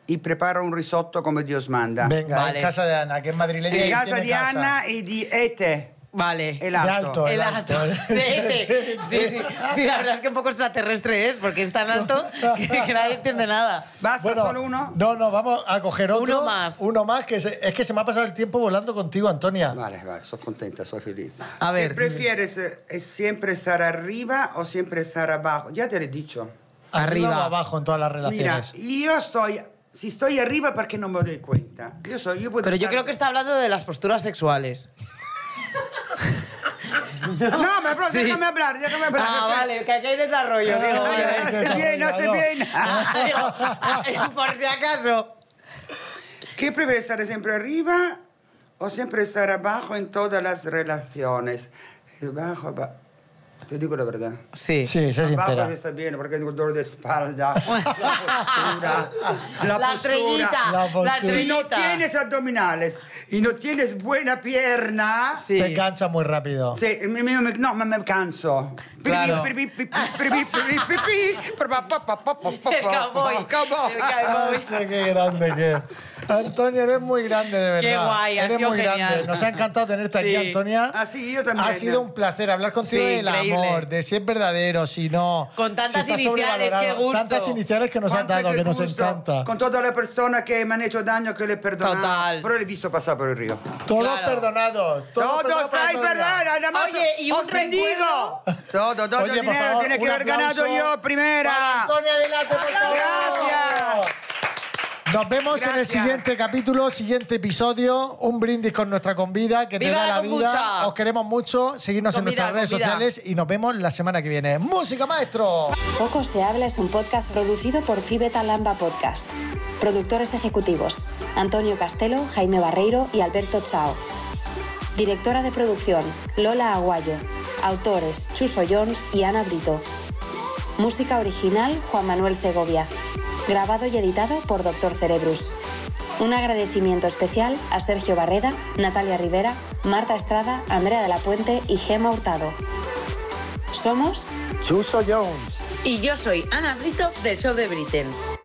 D: y preparo un risotto come Dio manda.
C: Venga,
B: Vale.
C: en casa de Ana, que es madrileña.
D: In
C: y
D: casa
C: tiene
D: di Anna e di Ete.
B: Vale.
D: E
C: De
D: l'alto.
C: alto.
B: El alto. Sí, sí, sí, sí. Sí, la verdad es que un poco extraterrestre es, porque es tan alto que, que nadie entiende nada.
D: Basta
C: Bueno,
D: solo uno?
C: No, no, vamos a coger otro.
B: Uno más.
C: Uno más, que se- es que se me ha pasado el tiempo volando contigo, Antonia.
D: Vale, vale, sono contenta, sono felice.
B: A ver.
D: Che prefieres eh, sempre stare arriba o sempre stare abajo? Ya te lo he dicho.
C: Arriba
B: Arriba.
C: o abajo en todas las
D: Mira,
C: relaciones.
D: yo estoy si estoy arriba perché non me doy cuenta. Io so, io puedo
B: Pero yo
D: estar-
B: creo que está hablando de las posturas sexuales.
D: No, ma proprio,
B: Sì.
D: déjame hablar, déjame hablar.
B: Ah, vale, que aquí hay desarrollo.
D: No,
B: Digo,
D: no,
B: vale.
D: no, se viene, no se viene.
B: Digo, por si acaso.
D: ¿Qué prefieres estar siempre arriba o siempre estar abajo en todas las relaciones? Abajo, abajo. Te digo la verdad.
B: Sí.
C: Sí, sé
D: Abajo este-
C: sincera.
D: se está bien porque tengo dolor de espalda, la postura, la,
B: La
D: postura.
B: estrellita.
C: La
B: La,
C: postura.
D: Si no
B: estrellita.
D: tienes abdominales y no tienes buena pierna,
B: Sí.
C: Te engancha muy rápido.
D: Sí, mi- mi- mi- no, me, me canso.
B: Claro.
D: Piripí, piripí, piripí, piripí, piripí, pa, pa, pa, pa, pa, pa,
B: El cowboy.
D: pa, cowboy.
B: El cowboy.
C: Che, qué grande que es. Antonia, eres muy grande, de verdad.
B: Qué guay, ha
C: Eres
B: sido
C: muy
B: genial.
C: grande. Nos ha encantado tenerte
B: Sí.
C: aquí, Antonia.
D: Ah, sí, yo también.
C: Ha sido un placer hablar contigo
B: Sí,
C: del
B: increíble.
C: amor, de si es verdadero, si no.
B: Con tantas
C: si está
B: iniciales,
C: sobrevalorado.
B: qué gusto.
C: Tantas iniciales que nos han
D: Quanto
C: dado,
D: che
C: que nos
D: gusto
C: encanta.
D: Con todas las personas que me han hecho daño, que le perdonaron.
B: Total.
D: Pero le he visto pasar por el río.
C: Todos
B: Claro.
C: perdonados.
D: Todo,
C: perdonados para
D: estáis
C: Antonia.
D: perdonados, nada más
B: Oye, y
D: os
B: un
D: bendigo. Todo, todo
C: Oye,
D: el
C: por
D: dinero
C: favor,
D: tiene que
C: un
D: haber ganado
C: aplauso
D: yo
C: para
D: primera.
C: Antonia Delate, por favor.
D: Gracias.
C: Nos vemos en el
D: Gracias.
C: siguiente capítulo, siguiente episodio. Un brindis con nuestra convida que
B: ¡Viva
C: te da
B: la
C: la vida.
B: kombucha!
C: Os queremos mucho. Seguirnos
B: Convida,
C: en nuestras
B: convida.
C: redes sociales y nos vemos la semana que viene. ¡Música, maestro!
I: Poco se habla es un podcast producido por Fibeta Lamba Podcast. Productores ejecutivos: Antonio Castelo, Jaime Barreiro y Alberto Chao. Directora de producción: Lola Aguayo. Autores: Chuso Jones y Ana Brito. Música original: Juan Manuel Segovia. Grabado y editado por Doctor Cerebrus. Un agradecimiento especial a Sergio Barreda, Natalia Rivera, Marta Estrada, Andrea de la Puente y Gema Hurtado. Somos
C: Chuso Jones.
J: Y yo soy Ana Brito del Show de Britain.